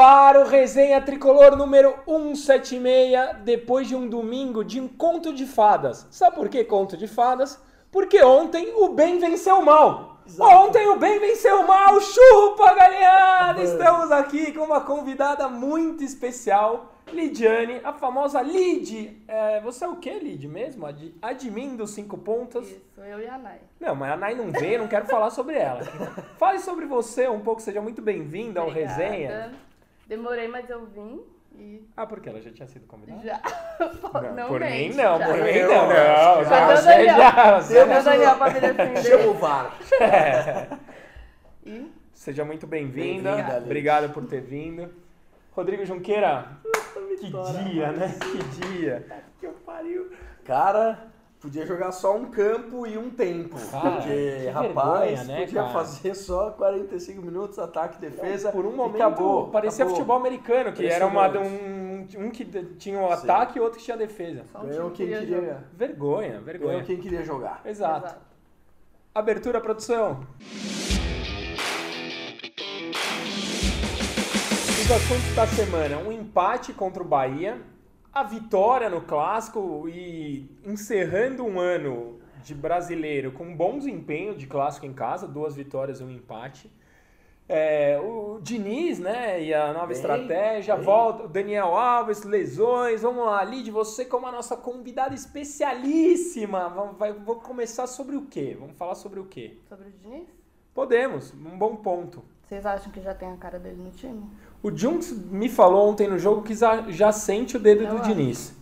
ar o resenha tricolor número 176, depois de um domingo de um conto de fadas. Sabe por que conto de fadas? Porque ontem o bem venceu o mal. Exato. Ontem o bem venceu o mal. Chupa, Uhum. galera! Estamos aqui com uma convidada muito especial, Lidiane, a famosa Lid. É, você é o que, Lid, mesmo? Ad, admin dos cinco pontas. Isso, eu e a Nai. Não, mas a Nay não vem, não quero falar sobre ela. Fale sobre você um pouco, seja muito bem-vinda ao Obrigada. Resenha. Demorei, mas eu vim e Ah, porque ela já tinha sido convidada? já. Não, Não, por mim mente, não, já. por mim Eu não. não, Não, já. você já- Cadê você- o Daniel pra me defender? Chama o VAR. E Seja muito bem-vinda. Bem-vinda, Liz. Obrigado por ter vindo. Rodrigo Junqueira, que dia, né? Que dia. Que eu pariu. Cara, podia jogar só um campo e um tempo. Cara, que porque, rapaz, vergonha, né, podia cara? fazer só 45 minutos, ataque, defesa. Por um e momento acabou, parecia acabou. futebol americano, que era uma, um, Impressionante. um que tinha o Sim. ataque e outro que Então tinha defesa. só um Ganhou time quem queria jogar. queria, Vergonha, ganhou vergonha. quem queria jogar. Exato. Abertura, produção. Os assuntos da semana: um empate contra o Bahia, a vitória no clássico e encerrando um ano de brasileiro com um bom desempenho de clássico em casa, duas vitórias e um empate. É, o Diniz, né? E a nova Bem, estratégia, bem. volta, o Daniel Alves, lesões, vamos lá, Lid, você como a nossa convidada especialíssima, vamos- vai- vou começar sobre o quê? Vamos falar sobre o quê? Sobre o Diniz? Podemos, um bom ponto. Vocês acham que já tem a cara dele no time? O Junks me falou ontem no jogo que já, já sente o dedo Eu do acho. Diniz.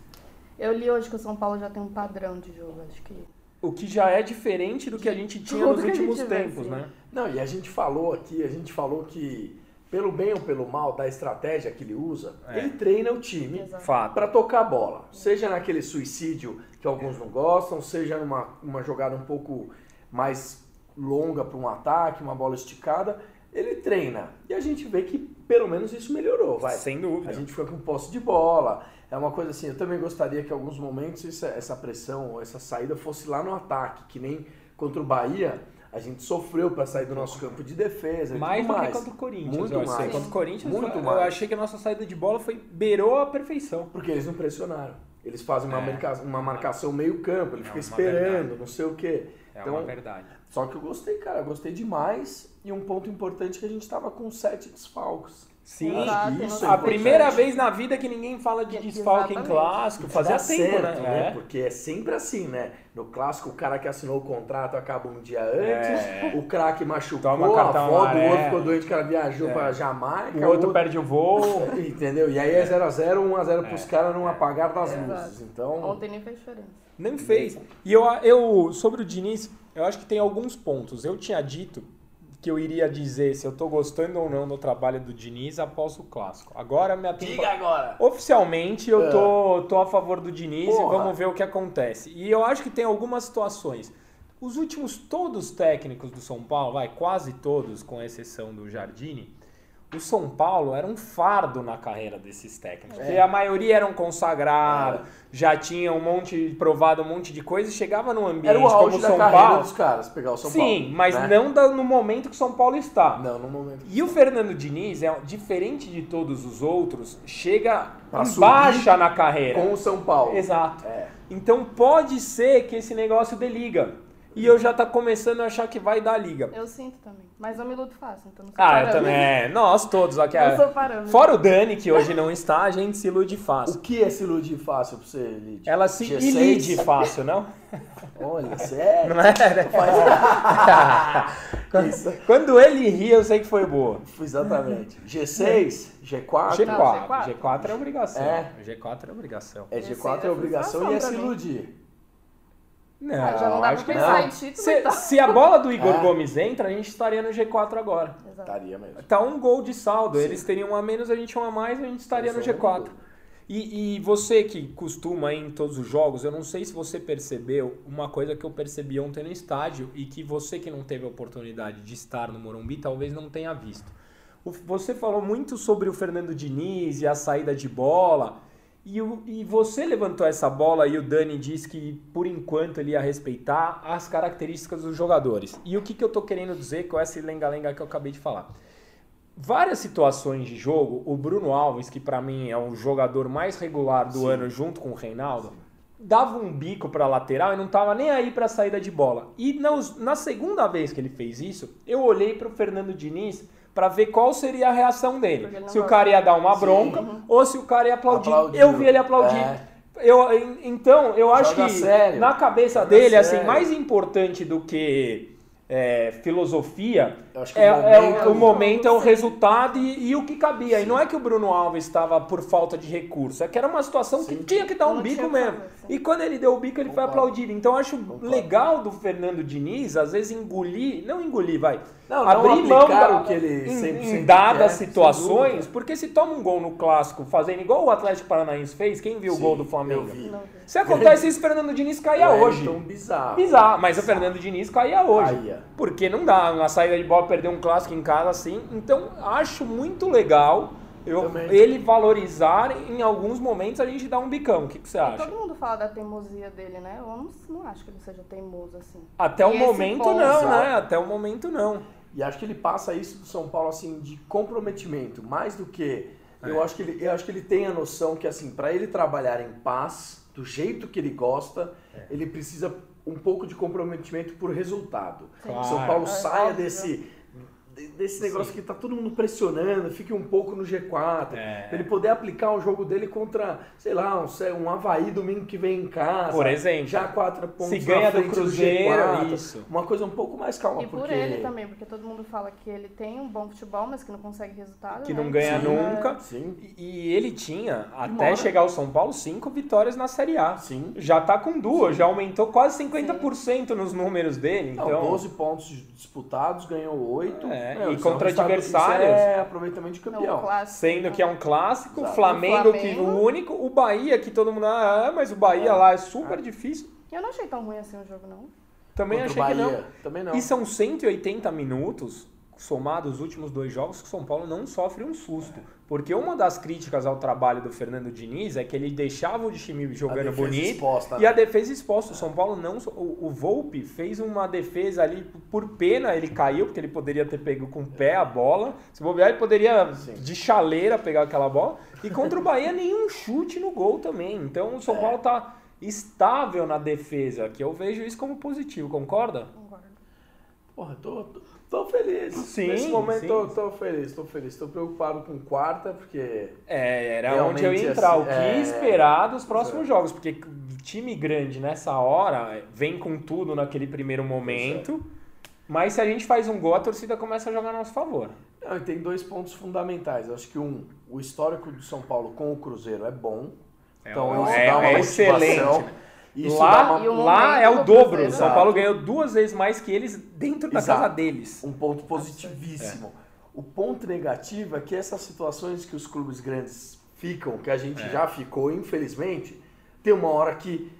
Eu li hoje que o São Paulo já tem um padrão de jogo, acho que. O que já é diferente do que a gente tinha Tudo nos que a gente últimos vê, tempos, sim. né? Não, e a gente falou aqui, a gente falou que, pelo bem ou pelo mal, da estratégia que ele usa, É. ele treina o time Exato. Fato. para tocar a bola. Seja naquele suicídio que alguns não gostam, seja numa uma jogada um pouco mais longa para um ataque, uma bola esticada, ele treina. E a gente vê que pelo menos isso melhorou, vai. Sem dúvida. A gente fica com posse de bola. É uma coisa assim, eu também gostaria que em alguns momentos isso- essa pressão, essa saída fosse lá no ataque, que nem contra o Bahia, a gente sofreu para sair do nosso campo de defesa e mais do tudo que mais. contra o Corinthians. Muito eu achei. mais. Contra o Corinthians, Muito eu, eu mais. achei que a nossa saída de bola foi beirou a perfeição. Porque eles não pressionaram. Eles fazem uma, É. marca- uma marcação meio campo, ele É fica uma esperando, verdade. não sei o quê. É Então- uma verdade. Só que eu gostei, cara, eu gostei demais. E um ponto importante é que a gente tava com sete desfalques. Sim. Acho Exato, que eu isso não é A Importante. primeira vez na vida que ninguém fala de Que- é desfalque em exatamente. clássico. Fazia Dá tempo, certo, né? É. Porque é sempre assim, né? No clássico, o cara que assinou o contrato acaba um dia antes, É. o craque machucou, Toma a cartão avó do outro amarelo. ficou doente, o cara viajou É. pra Jamaica. O outro perde o voo. Entendeu? E aí é 0x0, 1x0 pros caras É. não apagar das Exato. luzes. Então, Ontem nem fez diferença. Nem fez. E eu, eu, sobre o Diniz, eu acho que tem alguns pontos. Eu tinha dito que eu iria dizer se eu tô gostando ou não do trabalho do Diniz após o clássico. Agora minha tempo... diga agora! Oficialmente eu É. tô, tô a favor do Diniz e Porra. vamos ver o que acontece. E eu acho que tem algumas situações. Os últimos todos técnicos do São Paulo, vai, quase todos, com exceção do Jardine, o São Paulo era um fardo na carreira desses técnicos. É. Porque a maioria eram consagrados, já tinha um monte, provado um monte de coisa e chegava num ambiente Era o como auge o da São carreira Paulo. dos caras, pegar o São Paulo. Sim, mas né? não da- no momento que o São Paulo está. Não, no momento. E o Fernando Diniz, é, diferente de todos os outros, chega Pra em subir baixa na carreira. Com o São Paulo. Exato. É. Então pode ser que esse negócio dê liga. E eu já tá começando a achar que vai dar liga. Eu sinto também. Mas eu me iludo fácil, então não sou Ah, eu parâmetro. também. É, nós todos aqui. Não é. sou parâmetro. Fora o Dani, que hoje não está, a gente se ilude O fácil. que é se iludir fácil pra você, Lid? Ela se G6? ilide fácil, não? Olha, sério? Não é, era? Isso. Quando ele ri, eu sei que foi boa. Exatamente. G6, Ah, tá, G4. G4. Não, G4, G4. é obrigação. É. G4 é obrigação. É Esse G4 é é obrigação e é se frustração pra mim. iludir. Não, Ah, já não dá acho pra que pensar não. em título e Se, tal. se a bola do Igor É. Gomes entra, a gente estaria no G4 agora. Exato. Estaria mesmo. Tá um gol de saldo. Sim. Eles teriam um a menos, a gente um a mais, a gente estaria no Eles são um G4. gol. E, e você que costuma ir em todos os jogos, eu não sei se você percebeu uma coisa que eu percebi ontem no estádio e que você que não teve a oportunidade de estar no Morumbi talvez não tenha visto. O- Você falou muito sobre o Fernando Diniz e a saída de bola. E, o- e você levantou essa bola e o Dani disse que por enquanto ele ia respeitar as características dos jogadores. E o que, que eu tô querendo dizer com esse lenga-lenga que eu acabei de falar? várias situações de jogo, o Bruno Alves, que pra mim é o jogador mais regular do ano junto com o Reinaldo, dava um bico pra lateral e não tava nem aí pra saída de bola. E nos- na segunda vez que ele fez isso, eu olhei pro Fernando Diniz pra ver qual seria a reação Porque ele dele. não Se o gosta. uhum. cara ia dar uma bronca ou se o cara ia aplaudir. Aplaudiu. Eu vi ele aplaudir. É. Eu, en- então, eu acho Joga que sério. na cabeça Joga dele, assim, sério. mais importante do que é, filosofia Eu acho que é, o é o- momento- o momento, é o resultado e, e o que cabia. E não é que o Bruno Alves estava por falta de recurso, é que era uma situação que tinha que dar um Não tinha bico o que mesmo. fazer, sim. E quando ele deu o bico, ele Concordo. foi aplaudido. Então eu acho Concordo. legal do Fernando Diniz, às vezes, engolir, não engolir, vai. Não, não abrir mão aplicar da- o que ele em- 100% em dadas quer, sem situações, dúvida. porque se toma um gol no clássico fazendo igual o Atlético Paranaense fez, quem viu o Sim, gol do eu Flamengo? vi. Não vi. Se acontece isso, o Fernando Diniz caia hoje. Então, bizarro. é. Bizarro, mas o Fernando Diniz caía hoje. Caía. Porque não dá, uma saída de bola perder um clássico em casa assim. Então, acho muito legal eu- Também. ele valorizar em alguns momentos a gente dar um bicão. O que, que você acha? Todo mundo fala da teimosia dele, né? Eu não, não acho que ele seja teimoso assim. Até o E esse momento ponto- não, né? Exato. Até o momento não. E acho que ele passa isso do São Paulo assim de comprometimento, mais do que É. eu acho que ele, eu acho que ele tem a noção que assim, para ele trabalhar em paz, do jeito que ele gosta, É. ele precisa um pouco de comprometimento por resultado. Claro. O São Paulo É, saia óbvio. desse de- desse negócio que tá todo mundo pressionando, fique um pouco no G4, É. pra ele poder aplicar o jogo dele contra, sei lá, um, Ce- um Havaí domingo que vem em casa. Por exemplo. Já quatro pontos ganha na do frente Cruzeiro, G4, isso. Uma coisa um pouco mais calma, E por porque ele também, porque todo mundo fala que ele tem um bom futebol, mas que não consegue resultado. Que né? não ganha Sim. nunca. Sim. E- E ele tinha, até hora. chegar ao São Paulo, cinco vitórias na Série A. Sim. Já tá com duas, já aumentou quase 50% nos números dele. Então, então, 12 pontos disputados, ganhou 8. É, Não, e isso contra é um resultado- adversários. isso É aproveitamento de Não, campeão. clássico, Sendo né? que é um clássico, Exato. o Flamengo, que Flamengo. o único, o Bahia que todo mundo, ah, mas o Bahia É. lá é super difícil. Eu não achei tão ruim assim o jogo, não. Também Contra o achei que não. Bahia, Também não. E são 180 minutos, somados os últimos dois jogos, que o São Paulo não sofre um É. susto. Porque uma das críticas ao trabalho do Fernando Diniz é que ele deixava o time A jogando defesa bonito exposta, e a né? defesa exposta. O São Paulo não. O, o Volpe fez uma defesa ali por pena, ele caiu, porque ele poderia ter pego com o pé a bola. Se bobear, ele poderia Sim. de chaleira pegar aquela bola. E contra o Bahia, nenhum chute no gol também. Então o São É. Paulo tá estável na defesa, que eu vejo isso como positivo, concorda? Concordo. Porra, tô, tô, tô feliz. Sim, Nesse momento sim. tô, tô feliz, tô feliz. Tô preocupado com quarta, porque. É, era Realmente, onde eu ia entrar. O que assim, é. esperar dos próximos jogos? Porque time grande nessa hora é, vem com tudo naquele primeiro é. momento. Mas se a gente faz um gol, a torcida começa a jogar a nosso favor. Não, e tem dois pontos fundamentais. Eu Acho que um, o histórico do São Paulo com o Cruzeiro é bom. Então isso é- dá uma é motivação. excelente, Isso dá lá uma- E um o lá momento é o do dobro. O Cruzeiro. São Paulo ganhou duas vezes mais que eles dentro da Exato. casa deles. um Tá ponto positivíssimo. O ponto negativo é que essas situações que os clubes grandes ficam, que a gente É. já ficou, infelizmente, tem uma hora que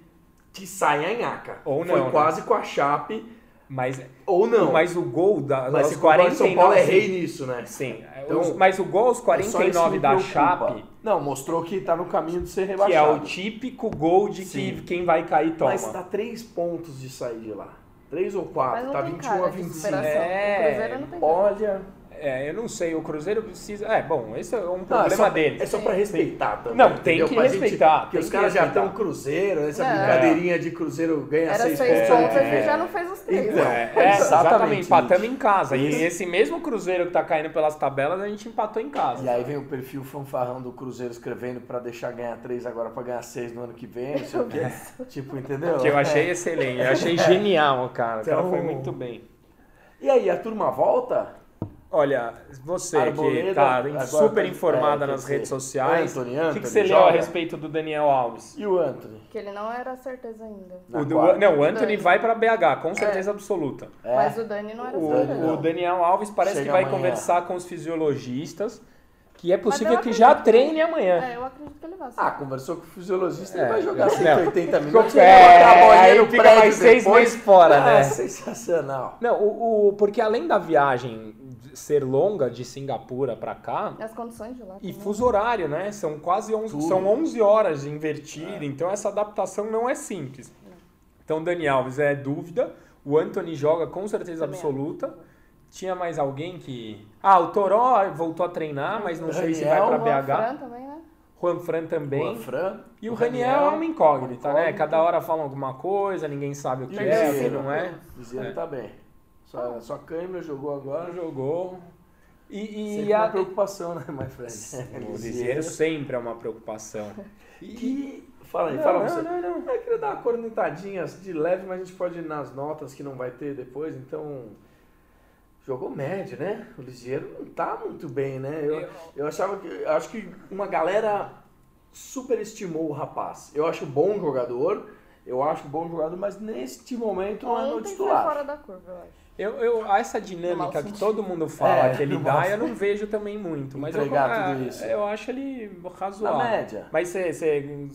te sai a nhaca. Ou Foi não, né? quase com a Chape, Mas, ou não. mas o gol da, Mas aos se comparar, 49... São Paulo é rei nisso, né? Sim. Então, Os- mas o gol aos É só isso que 49 me da preocupa. Chape, Não, mostrou que tá no caminho de ser que é o rebaixado. típico gol de que Sim. quem vai cair toma. mas tá três pontos de sair de lá. Três ou Ah, quatro, Mas não tá tem 21 a cara de 25. superação. É. O Cruzeiro não tem cara. Olha, É, eu não sei, o Cruzeiro precisa. É, bom, esse é um Não, problema é só, deles. É só pra respeitar também. Não, tem entendeu? que Pra gente- respeitar, Porque tem os que caras já respeitar. estão cruzeiro, essa É. brincadeirinha de cruzeiro ganha Era seis, seis pontos. pontos, né? é. ele já não fez os três. Então, né? É, é, exatamente, exatamente, empatamos Nietzsche. em casa. E Isso. esse mesmo Cruzeiro que tá caindo pelas tabelas, a gente empatou em casa. E aí vem o perfil fanfarrão do Cruzeiro escrevendo pra deixar ganhar três agora pra ganhar seis no ano que vem, não sei o quê. Tipo, entendeu? Que eu achei excelente, eu achei genial, cara. O cara Então- foi muito bem. E aí, a turma volta? Olha, você que Arboleda, tá agora super tá- informada é, nas quer dizer, redes sociais, Anthony, o que, Anthony, que você leu joga? a respeito do Daniel Alves? E o Anthony? Que ele não era certeza ainda. Na O do- quarta. não, o Anthony Dani. vai pra BH, com certeza absoluta. É. Mas o Dani não era certeza. O, o Daniel Alves parece Chega que vai amanhã. conversar com os fisiologistas, que é possível eu que acredito já que- treine amanhã. É, eu acredito que ele vai. Ah, conversou com o fisiologista, É, ele vai jogar não. 180 minutos. É, ele vai botar a bolinha aí no fica prédio mais seis depois. meses fora, Ah, né? Sensacional. Não, o, o- porque além da viagem ser longa de Singapura pra cá, As condições de lá. e também. fuso horário, né? São quase 11, Tudo. É. são 11 horas de invertida, então essa adaptação não é simples. Então, Dani Alves é dúvida, o Anthony joga com certeza Também acho. absoluta. Tinha mais alguém que Ah, o Toró voltou a Hum. treinar, mas não sei se vai Daniel, pra O BH. Fran também, né? Juan Fran também. Juan Fran, E o Raniel é uma incógnita, né? Cada hora falam alguma coisa, ninguém sabe o que é, o que Liseiro, não é. Liseiro É. tá bem. Só, só câimbra jogou Agora agora. jogou. E, Sempre e uma a... preocupação, né, my friend? o Liseiro sempre é uma preocupação. Que... Fala aí, Não, fala não, você. não, não. Eu queria dar uma cornetadinha de leve, mas a gente pode ir nas notas que não vai ter depois, então. Jogou médio, né? O Ligeiro não tá muito bem, né? Eu, eu achava que. eu acho que uma galera superestimou o rapaz. Eu acho bom jogador, eu acho bom jogador, mas neste momento não é meu Ontem foi fora titular. da curva, eu acho. Eu, eu, essa No dinâmica mau que sentido. todo mundo fala É, que ele no dá, mau eu não vejo também muito. Mas Entregar eu, é, tudo isso. eu acho ele Na razoável. média. Mas você- você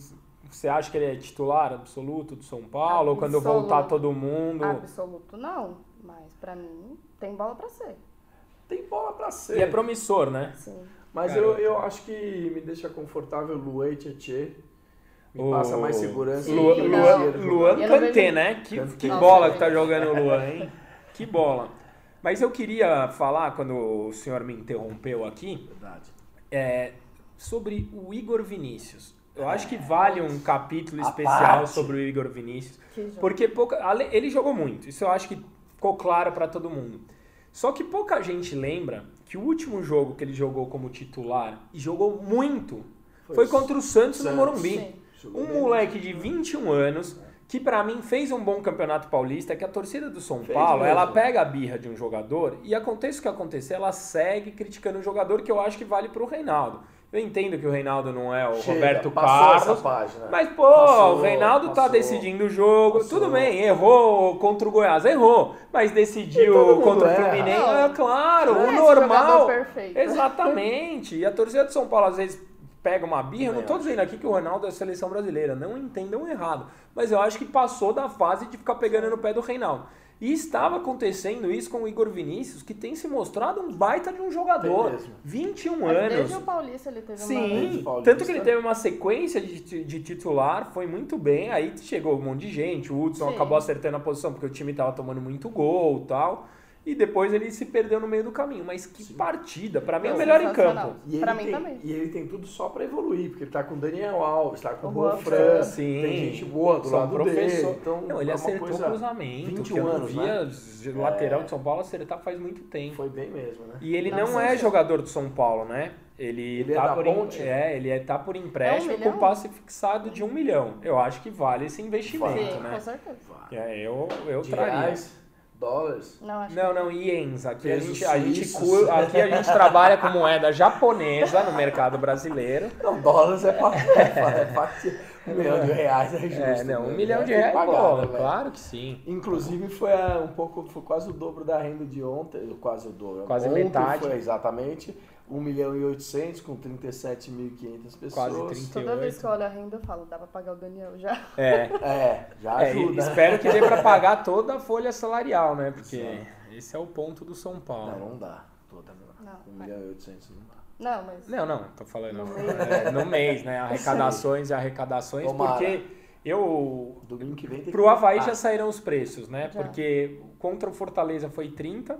você acha que ele é titular absoluto do São Paulo? Ou Quando Absoluto. voltar todo mundo. Absoluto não, mas pra mim tem bola pra ser. Tem bola pra E é ser. promissor, né? Sim. Mas Cara, eu, eu acho que me deixa confortável Luan e Tietê. Me passa mais O- segurança. Luan, que o Luan, Liseiro Luan jogando. Eu não Kanté, vejo- né? Que, que Nossa, bola eu que tá vejo- jogando o Luan, hein? Que bola. Mas eu queria falar, quando o senhor me interrompeu aqui, Verdade. é, sobre o Igor Vinícius. Eu acho que vale um capítulo É. A especial parte. sobre o Igor Vinícius. Que jogo. Porque pouca, ale- ele jogou muito, isso eu acho que ficou claro pra todo mundo. Só que pouca gente lembra que o último jogo que ele jogou como titular, e jogou muito, foi, contra o Santos, no Santos. Morumbi. Sim. Jogou Um bem. moleque de 21 anos que pra mim fez um bom campeonato paulista, que a torcida do São Fez Paulo, mesmo. ela pega a birra de um jogador e aconteça o que acontecer, ela segue criticando o jogador que eu acho que vale pro Reinaldo. Eu entendo que o Reinaldo não é o Chega, Roberto passou Carlos, Essa página. mas, pô, Passou, o Reinaldo tá passou. decidindo o jogo. Passou. Tudo bem, errou contra o Goiás, errou. Mas E todo decidiu mundo contra o erra. Fluminense. Não. É claro, Não o é esse normal. jogador perfeito. Exatamente. E a torcida de São Paulo às vezes pega uma birra. Eu não Também tô dizendo aqui que o Ronaldo é a seleção brasileira. Não entendam errado. Mas eu acho que passou da fase de ficar pegando no pé do Reinaldo. E estava acontecendo isso com o Igor Vinícius, que tem se mostrado um baita de um jogador. mesmo. 21 Mas anos. Desde o Paulista ele teve uma... Desde Sim, o Paulista. tanto que ele teve uma sequência de, ti- de titular, foi muito bem, aí chegou um monte de gente, o Hudson Sim. acabou acertando a posição porque o time tava tomando muito gol e tal, e depois ele se perdeu no meio do caminho, mas que Sim. partida, pra mim é o Não, melhor em sensacional. campo. E ele Pra mim tem, também. E ele tem tudo só pra evoluir, porque ele tá com o Daniel Alves, tá com o O Juan Juan Fran, Fran. Sim. tem gente boa do Só um lado professor. dele. Então, Não, ele é uma acertou o coisa- cruzamento, 21 que eu não anos, né? É. via z- lateral de São Paulo acertar faz muito tempo. Foi bem mesmo, né? E ele Não, não, é sensacional. jogador do São Paulo, né? Ele, Ele é tá da por em- Ponte? é, ele é- tá por empréstimo com um milhão? passe fixado de um milhão. Eu acho que vale esse investimento, Sim, né? com certeza. É, eu, eu De traria. reais, dólares. Não, acho Não, não, iens. Aqui a, Pesos gente, a gente suíços. cu- aqui a gente trabalha com moeda japonesa no mercado brasileiro. Não, dólares é parte. É parte um milhão de reais é justo. É, não, um né? milhão Tem de que reais, pagar, pô, né, velho? claro que sim. Inclusive foi ah, um pouco, foi quase o dobro da renda de ontem, quase o dobro. Quase ontem metade. Foi exatamente 1 milhão e 800 com 37.500 pessoas. Quase 30. que toda vez que eu olho a renda eu falo, dá pra pagar o Daniel já. É, É, já é, e ajuda. espero que dê pra pagar toda a folha salarial, né? Porque Sim. esse é o ponto do São Não, Paulo. não dá. Toda não dá. Não, 1 vai. milhão e 800 não dá. Não, mas... Não, não, tô falando No é, no mês, né? Arrecadações e arrecadações, Tomara. porque eu Domingo que vem tem Pro Havaí Ah, já saíram os preços, né? Já. Porque contra o Fortaleza foi 30,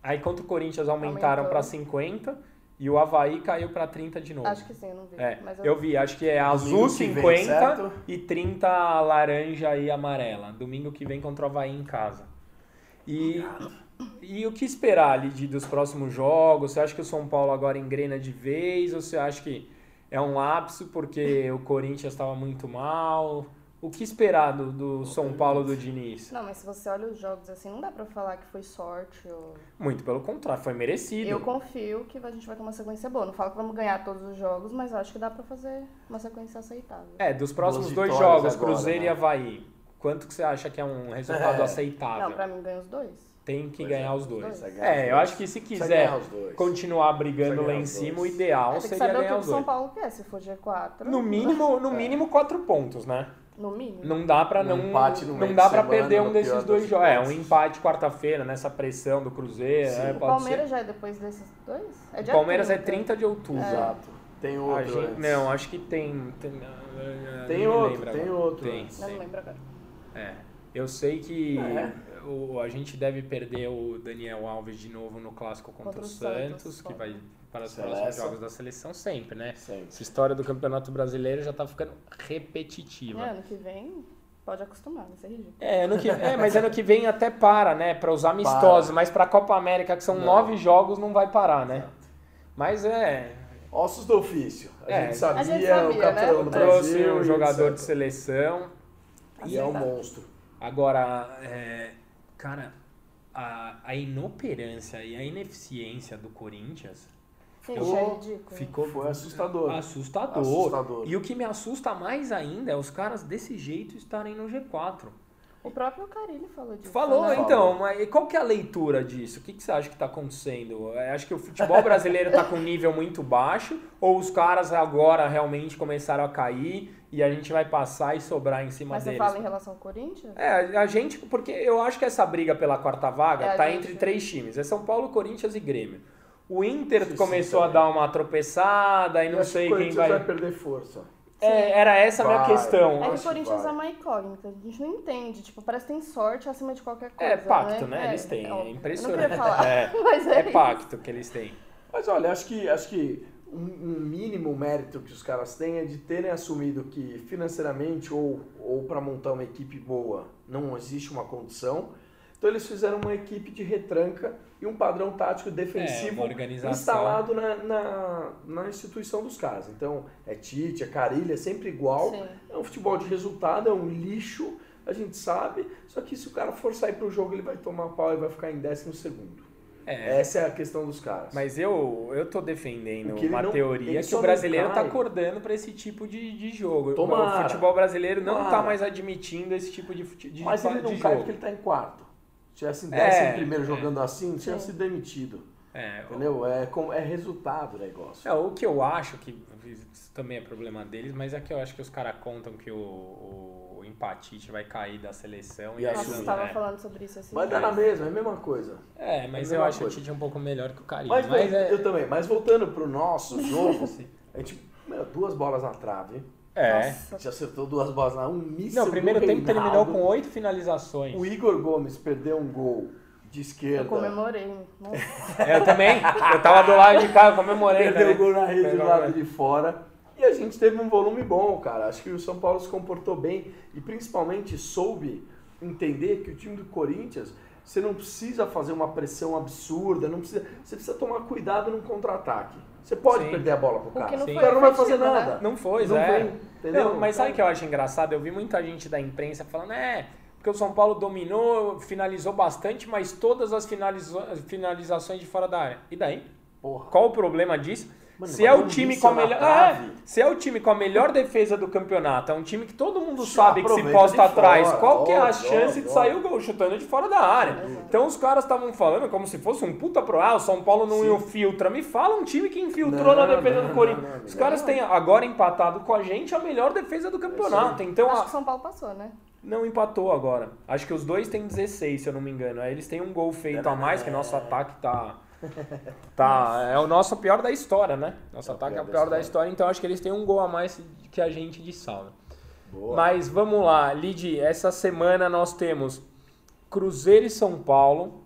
aí contra o Corinthians aumentaram Aumentou. pra 50 e o Havaí caiu pra 30 de novo. Acho que sim, eu não vi. É, mas eu vi, acho que é azul domingo que vem, 50 certo? e 30 laranja e amarela. Domingo que vem contra o Havaí em casa. E, e o que esperar ali de, dos próximos jogos? Você acha que o São Paulo agora engrena de vez? Ou você acha que é um lapso porque o Corinthians estava muito mal? O que esperar do, do São Paulo do Diniz? Não, mas se você olha os jogos assim, não dá pra falar que foi sorte ou... Muito pelo contrário, foi merecido. Eu confio que a gente vai ter uma sequência boa. Não falo que vamos ganhar todos os jogos, mas eu acho que dá pra fazer uma sequência aceitável. É, dos próximos Duas dois vitórias jogos, agora, Cruzeiro né? e Havaí, quanto que você acha que é um resultado É. aceitável? não, pra mim ganha os dois. Tem que Pois ganhar é, os dois. precisa ganhar os É, eu dois. acho que se Precisa quiser ganhar os dois. continuar brigando Precisa lá ganhar em os cima, o dois. ideal É, tem que seria saber o que ganhar que o os São dois. Paulo tá quer. Se for G4, No mínimo, no mínimo quatro pontos, né? no mínimo. Não dá pra Um não, empate no meio não de dá para semana, perder no um pior desses das dois jogos. É, um hipóteses. empate quarta-feira nessa pressão do Cruzeiro, Sim. né? o Pode Palmeiras ser. já é depois desses dois? É né? O dia Palmeiras é 30 de outubro. Exato. Tem A Ah, outro. gente- antes. não, acho que tem. Tem, Tem não me outro, lembro tem agora. outro Tem, antes. Eu não tem. lembro agora. É. Eu sei que É. o- a gente deve perder o Daniel Alves de novo no clássico contra, Contra o o Santos, Santos, que vai para os Seleção. próximos jogos da seleção sempre, né? Sempre. Essa história do Campeonato Brasileiro já tá ficando repetitiva. É, ano que vem pode acostumar, vai ser ridículo. É, ano que, é, mas ano que vem até para, né? Para os amistosos, mas para a Copa América, que são Não. nove jogos, não vai parar, né? Mas é. Ossos do ofício. A É. gente sabia, A gente sabia, o capitão né? do Trouxe Brasil. um jogador de etc. seleção. E é um Acertar. monstro. Agora, é, cara, a, a inoperância e a ineficiência do Corinthians Gente, é Ficou- ridículo. ficou Foi assustador. assustador. Assustador. E o que me assusta mais ainda é os caras desse jeito estarem no G4. O próprio Carilli falou disso. Falou, né? Falou. então, mas e qual que é a leitura disso? O que, que você acha que está acontecendo? É, Acho que o futebol brasileiro está com um nível muito baixo, ou os caras agora realmente começaram a cair e a gente vai passar e sobrar em cima Mas você deles? né? fala em relação ao Corinthians? É, a- a gente, porque eu acho que essa briga pela quarta vaga É, a tá gente- entre três times. É São Paulo, Corinthians e Grêmio. O Inter Sim, começou a sim, dar uma tropeçada e não Acho que sei o quem Corinthians vai. vai perder força. É, era essa a minha Vai. questão. É que acho o que Corinthians vai. é uma incógnita, a gente não entende. Tipo, parece que tem sorte acima de qualquer coisa. É pacto, né? É, Eles têm. então, É Eu não impressionante. queria falar, É, mas é, é pacto que eles têm. Mas olha, acho que, acho que um, um mínimo mérito que os caras têm é de terem assumido que financeiramente ou, ou para montar uma equipe boa não existe uma condição. Então eles fizeram uma equipe de retranca e um padrão tático É, uma defensivo organização. instalado na, na, na instituição dos caras. Então é Tite, é Carilha, é sempre igual. Sim. É um futebol de resultado, é um lixo, a gente sabe. Só que se o cara for sair pro jogo, ele vai tomar pau e vai ficar em décimo segundo. É, Essa é a questão dos caras. Mas eu, eu tô defendendo O que ele uma não- ele teoria que só o não brasileiro tá cai. acordando pra esse tipo de, de jogo. Tomara. O futebol brasileiro não tá Tomara. mais admitindo esse tipo de, fute- de, Mas ele de não jogo. cai porque ele tá em quarto. Se tivesse em É, décimo primeiro é. jogando assim, tinha Sim. sido demitido. É, o- Entendeu? É, com- é resultado o negócio. É, o que eu acho, que isso também é problema deles, mas é que eu acho que os caras contam que o, o empatite vai cair da seleção e E aí Nossa, Isso, você não, tava né? falando sobre isso assim. Vai dar na mesma, é a mesma coisa. É, mas É a eu mesma acho o coisa. Tite um pouco melhor que o Carinho. Mas, Mas, mas é, eu também. Mas voltando pro nosso jogo, Sim. a gente. meu, duas bolas na trave. é. A Nossa, gente acertou duas bolas na um míssil Não, primeiro do tempo terminou Reinaldo. com oito finalizações. O Igor Gomes perdeu um gol de esquerda. eu comemorei. Nossa, É, eu também. Eu tava do lado de cá, eu comemorei. Perdeu o né? gol na rede do Perdeu, lado né? de fora. E a gente teve um volume bom, cara. Acho que o São Paulo se comportou bem e principalmente soube entender que o time do Corinthians, você não precisa fazer uma pressão absurda, não precisa, você precisa tomar cuidado num contra-ataque. Você pode Sim. perder a bola pro que cara. não foi o cara não vai fazer efetivo, né? nada. Não foi, não é. vem, entendeu? Não, mas sabe o que eu acho engraçado? Eu vi muita gente da imprensa falando, é, porque o São Paulo dominou, finalizou bastante, mas todas as finaliza- finalizações de fora da área. E daí? Porra. Qual o problema disso? Mano, se é valeu o um time míssil com a na melhor, trave. É, se é o time com a melhor defesa do campeonato, é um time que todo mundo Já sabe que se aproveita posta de atrás, fora, qual que é a óbvio, chance óbvio, de sair o gol chutando de fora da área? Então os caras estavam falando como se fosse um puta pro, ah, o São Paulo não Sim. infiltra. Me fala um time que infiltrou Não, na defesa não, do Corinthians. não, não, não. os caras têm agora empatado com a gente a melhor defesa do campeonato. Então acho a- que o São Paulo passou, né? não empatou agora. Acho que os dois têm 16, se eu não me engano. Aí eles têm um gol É, feito a mais, que nosso ataque tá. Tá. É o nosso pior da história, né? Nosso É o ataque é o pior da pior da história. história, então acho que eles têm um gol a mais que a gente de saldo. Boa. Mas vamos lá, Lid, essa semana nós temos Cruzeiro e São Paulo.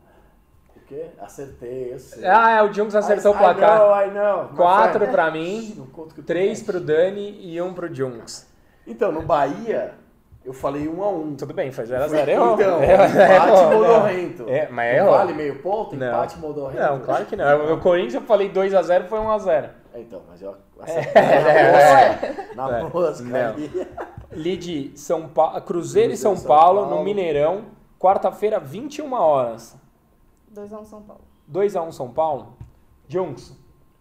O quê? Acertei, eu sei. Ah, é, o Junks acertou I- o placar. I know, I know. Quatro Mas, pra ai, mim, shh, não conta que eu tô Três bem. pro Dani e um pro Junks. Então, no Bahia, eu falei um a um. Tudo bem, foi 0x0. Errou. Então, Errou, empate errou. modorrento. É, mas Não errou. Vale meio ponto, Não. empate modorrento. Não, claro que não. O Corinthians eu falei 2x0, foi 1x0. É, Então, mas eu acertei na mosca. É. Na mosca. Não. ali. Lide São pa... Cruzeiro e São, São Paulo, no Paulo. Mineirão, quarta-feira, 21 horas. 2x1 São Paulo. 2x1 São Paulo. Junks,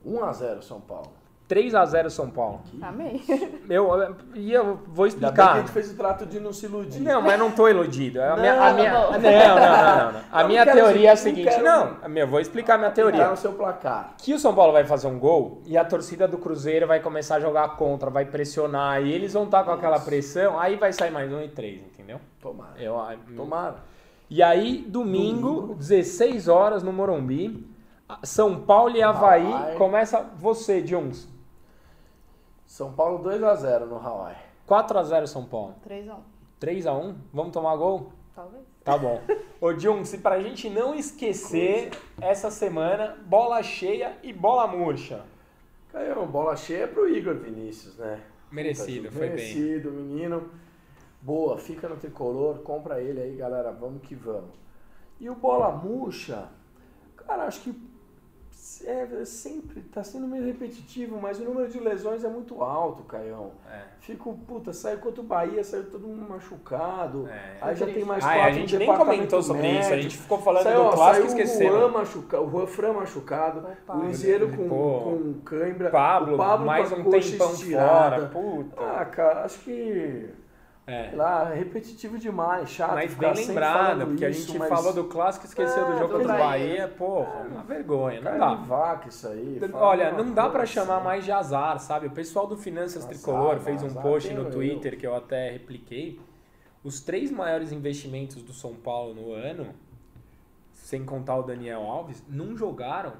1 a 0 São Paulo. 3x0 São Paulo. Amei. Eu, e eu vou Ainda bem que a explicar. gente fez o trato de não se iludir. Não, mas eu não tô iludido. A minha, a Não, tá minha- não. Não, não, não, não. A Eu minha não quero teoria é a ser- não seguinte. quero- Não, a minha, eu vou explicar a minha é teoria. Então, o seu placar. que o São Paulo vai fazer um gol e a torcida do Cruzeiro vai começar a jogar contra, vai pressionar, e eles vão estar com aquela pressão, aí vai sair mais um e três, entendeu? Tomara. Eu, Tomara. e aí, domingo, Domingo. 16 horas no Morumbi, a- São Paulo e Havaí, Havaí. começa você, Jones. São Paulo 2 a 0 no Hawaii. 4x0 São Paulo. 3x1. 3x1? Vamos tomar gol? Talvez. Tá bom. Ô, Jung, se pra gente não esquecer, essa semana, bola cheia e bola murcha. Caiu, bola cheia pro Igor Vinícius, né? Merecido, Puta, foi bem. Merecido, menino. Boa, fica no tricolor, compra ele aí, galera. Vamos que vamos. E o Bola Murcha, cara, acho que é, sempre tá sendo meio repetitivo, mas o número de lesões é muito alto, Caião. É. Fico, puta, saiu contra o Bahia, saiu todo mundo machucado. É. Aí já tem mais Ah, quatro é, a gente no nem comentou departamento sobre isso, a médico. gente ficou falando Saiu, do ó, clássico e saiu esquecemos. O Juan machucado, o Juan Fran machucado, Opa. o Liseiro com, Pô. com cãibra, Pablo, o Pablo mais com a um coxa tempão fora. estirada. Puta. Ah, cara, acho que É. sei lá, repetitivo demais, chato. Mas ficar bem sempre lembrada, falando porque a isso, gente mas falou do clássico e esqueceu É, do jogo do contra o Bahia. Bahia. Porra, uma vergonha, não Cara, dá. de vaca isso aí. fala Olha, uma não dá pra coisa chamar assim. mais de azar, sabe? O pessoal do Finanças Azar, Tricolor fez um azar, post no tenho Twitter que eu até repliquei. Os três maiores investimentos do São Paulo no ano, sem contar o Daniel Alves, não jogaram.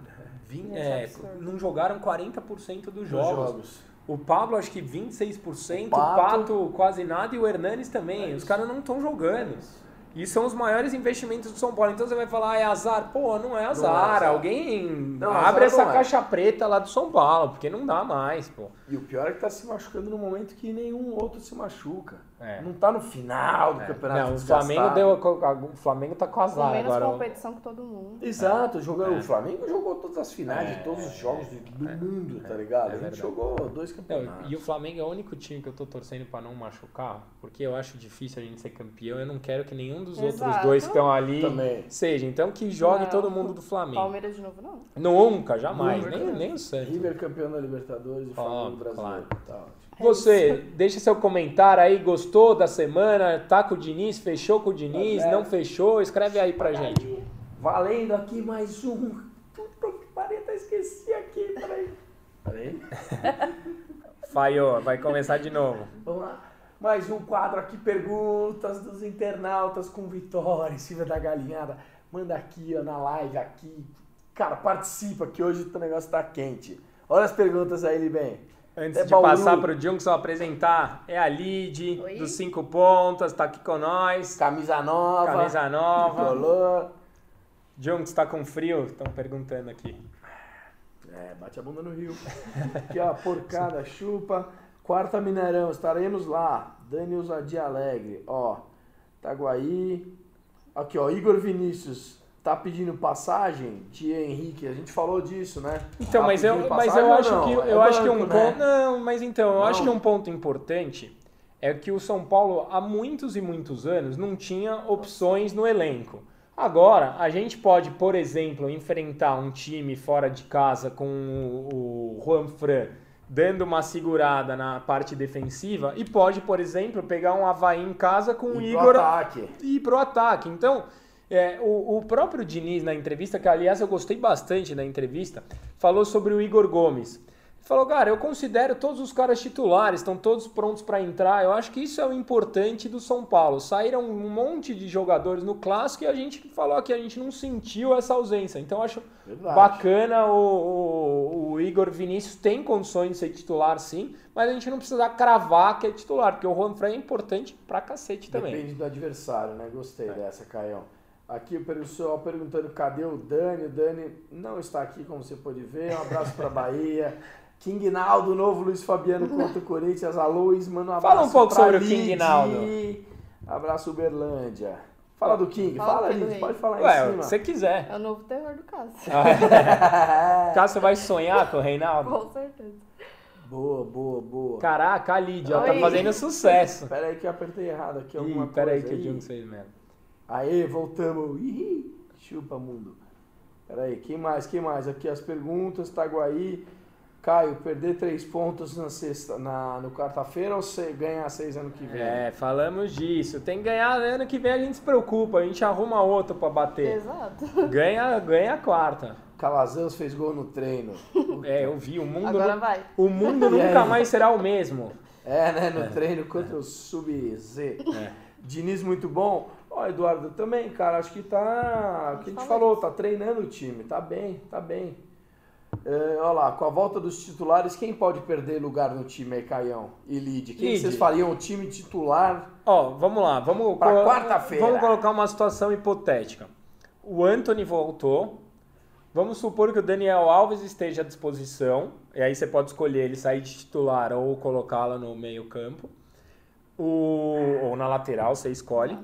vin- Isso é é, absurdo. não jogaram 40% dos Nos jogos. jogos. O Pablo, acho que 26%, o O Pato, Pato. quase nada e o Hernanes também. É Os isso. caras não estão jogando. É isso. E são os maiores investimentos do São Paulo. Então você vai falar, ah, é azar? Pô, não é azar. azar. Alguém Não, abre azar essa não é. caixa preta lá do São Paulo, porque não dá mais, pô. E o pior é que tá se machucando no momento que nenhum outro se machuca. É. Não tá no final do campeonato. Não, o desgastado. Flamengo deu. a- a- O Flamengo tá com Com azar menos agora. competição que todo mundo. Exato, jogou, É. o Flamengo jogou todas as finais É, de todos os jogos de- do mundo, tá é ligado? a gente verdade. jogou dois Não, campeonatos. e o Flamengo é o único time que eu tô torcendo pra não machucar, porque eu acho difícil a gente ser campeão. Eu não quero que nenhum dos outros Exato. dois que estão ali Também. seja. Então que jogue Não. todo mundo do Flamengo. Palmeiras de novo, não. Nunca, jamais. Nunca. Nem, nem o Santos. River campeão da Libertadores e Flamengo Óbvio, brasileiro. Tá ótimo. Você, deixa seu comentário aí, gostou da semana? Tá com o Diniz? Fechou com o Diniz? Tá certo. Não fechou? Escreve aí pra gente. Valendo aqui mais um. Puta que pariu, tá esqueci aqui, peraí. Peraí. Falhou, vai começar de novo. Vamos lá. Mais um quadro aqui, perguntas dos internautas com Vitória, e Silvia da Galinhada. Manda aqui, ó, na live, aqui. Cara, participa que hoje o negócio tá quente. Olha as perguntas aí, Libem. Antes É de Bauru. passar pro Jung, só apresentar. É a Lid, Oi. dos Cinco Pontas, tá aqui com nós. Camisa nova. Camisa nova. Color. Jung, você tá com frio? Estão perguntando aqui. É, bate a bunda no rio. Aqui, ó, porcada, chupa. Quarta Mineirão, estaremos lá. Dani Ousadia Alegre, ó. Taguaí. Aqui, ó, Igor Vinícius. Tá pedindo passagem? Tia Henrique, a gente falou disso, né? Então, Tá mas eu, pedindo mas passagem eu ou acho não? que, É eu acho que um banco, né? ponto. Não, mas então, eu Não? acho que um ponto importante é que o São Paulo, há muitos e muitos anos, não tinha opções no elenco. Agora, a gente pode, por exemplo, enfrentar um time fora de casa com o o Juan Fran dando uma segurada na parte defensiva e pode, por exemplo, pegar um Havaí em casa com o E pro Igor ataque. e ir pro ataque. Então, é, o, o próprio Diniz, na entrevista, que aliás eu gostei bastante da entrevista, falou sobre o Igor Gomes. Falou, cara, eu considero todos os caras titulares, estão todos prontos para entrar. Eu acho que isso é o importante do São Paulo. Saíram um monte de jogadores no clássico e a gente falou que a gente não sentiu essa ausência. Então, eu acho Verdade. Bacana, o, o- o Igor Vinícius tem condições de ser titular, sim, mas a gente não precisa cravar que é titular, porque o Juan Fran é importante pra cacete também. É. Depende do adversário, né? Gostei dessa, Caião. Aqui o pessoal perguntando cadê o Dani. O Dani não está aqui, como você pode ver. Um abraço para Bahia. King Naldo, novo Luiz Fabiano contra o Corinthians. Alô, Luiz, manda um abraço. Fala um pouco pra sobre o Lid. King Naldo. Abraço, Uberlândia. Fala do King, Fala fala, do Lid, rei. pode falar Ué, em cima. você quiser. É o novo terror do caso. Cássio vai sonhar com o Reinaldo? Com certeza. boa, boa, boa. Caraca, a Lídia, ela tá Oi. fazendo sucesso. Pera aí que eu apertei errado aqui alguma Ih, peraí coisa. que o Ih. Junks fez mesmo. Aê, voltamos. Ih, chupa mundo. Peraí, quem mais? Quem mais? Aqui as perguntas, Taguaí. Caio, perder três pontos na sexta, na, no quarta-feira ou se, ganhar seis ano que vem? É, falamos disso. Tem que ganhar né? ano que vem, a gente se preocupa, a gente arruma outro pra bater. Exato. Ganha, ganha a quarta. Calazans fez gol no treino. É, eu vi, o mundo, Agora nu- vai. o mundo E aí? nunca mais será o mesmo. É, né? No treino contra o Sub-Z. Diniz muito bom. Ó, Eduardo, também, cara, acho que tá. O que a gente falou, tá treinando o time, tá bem, tá bem. É, olha lá, com a volta dos titulares, quem pode perder lugar no time aí, Caião e Lid? Quem Lid. vocês fariam o time titular? Ó, vamos lá, vamos Pra colo- quarta-feira. Vamos colocar uma situação hipotética. O Anthony voltou. Vamos supor que o Daniel Alves esteja à disposição. E aí você pode escolher ele sair de titular ou colocá-lo no meio-campo. O ou na lateral, você escolhe.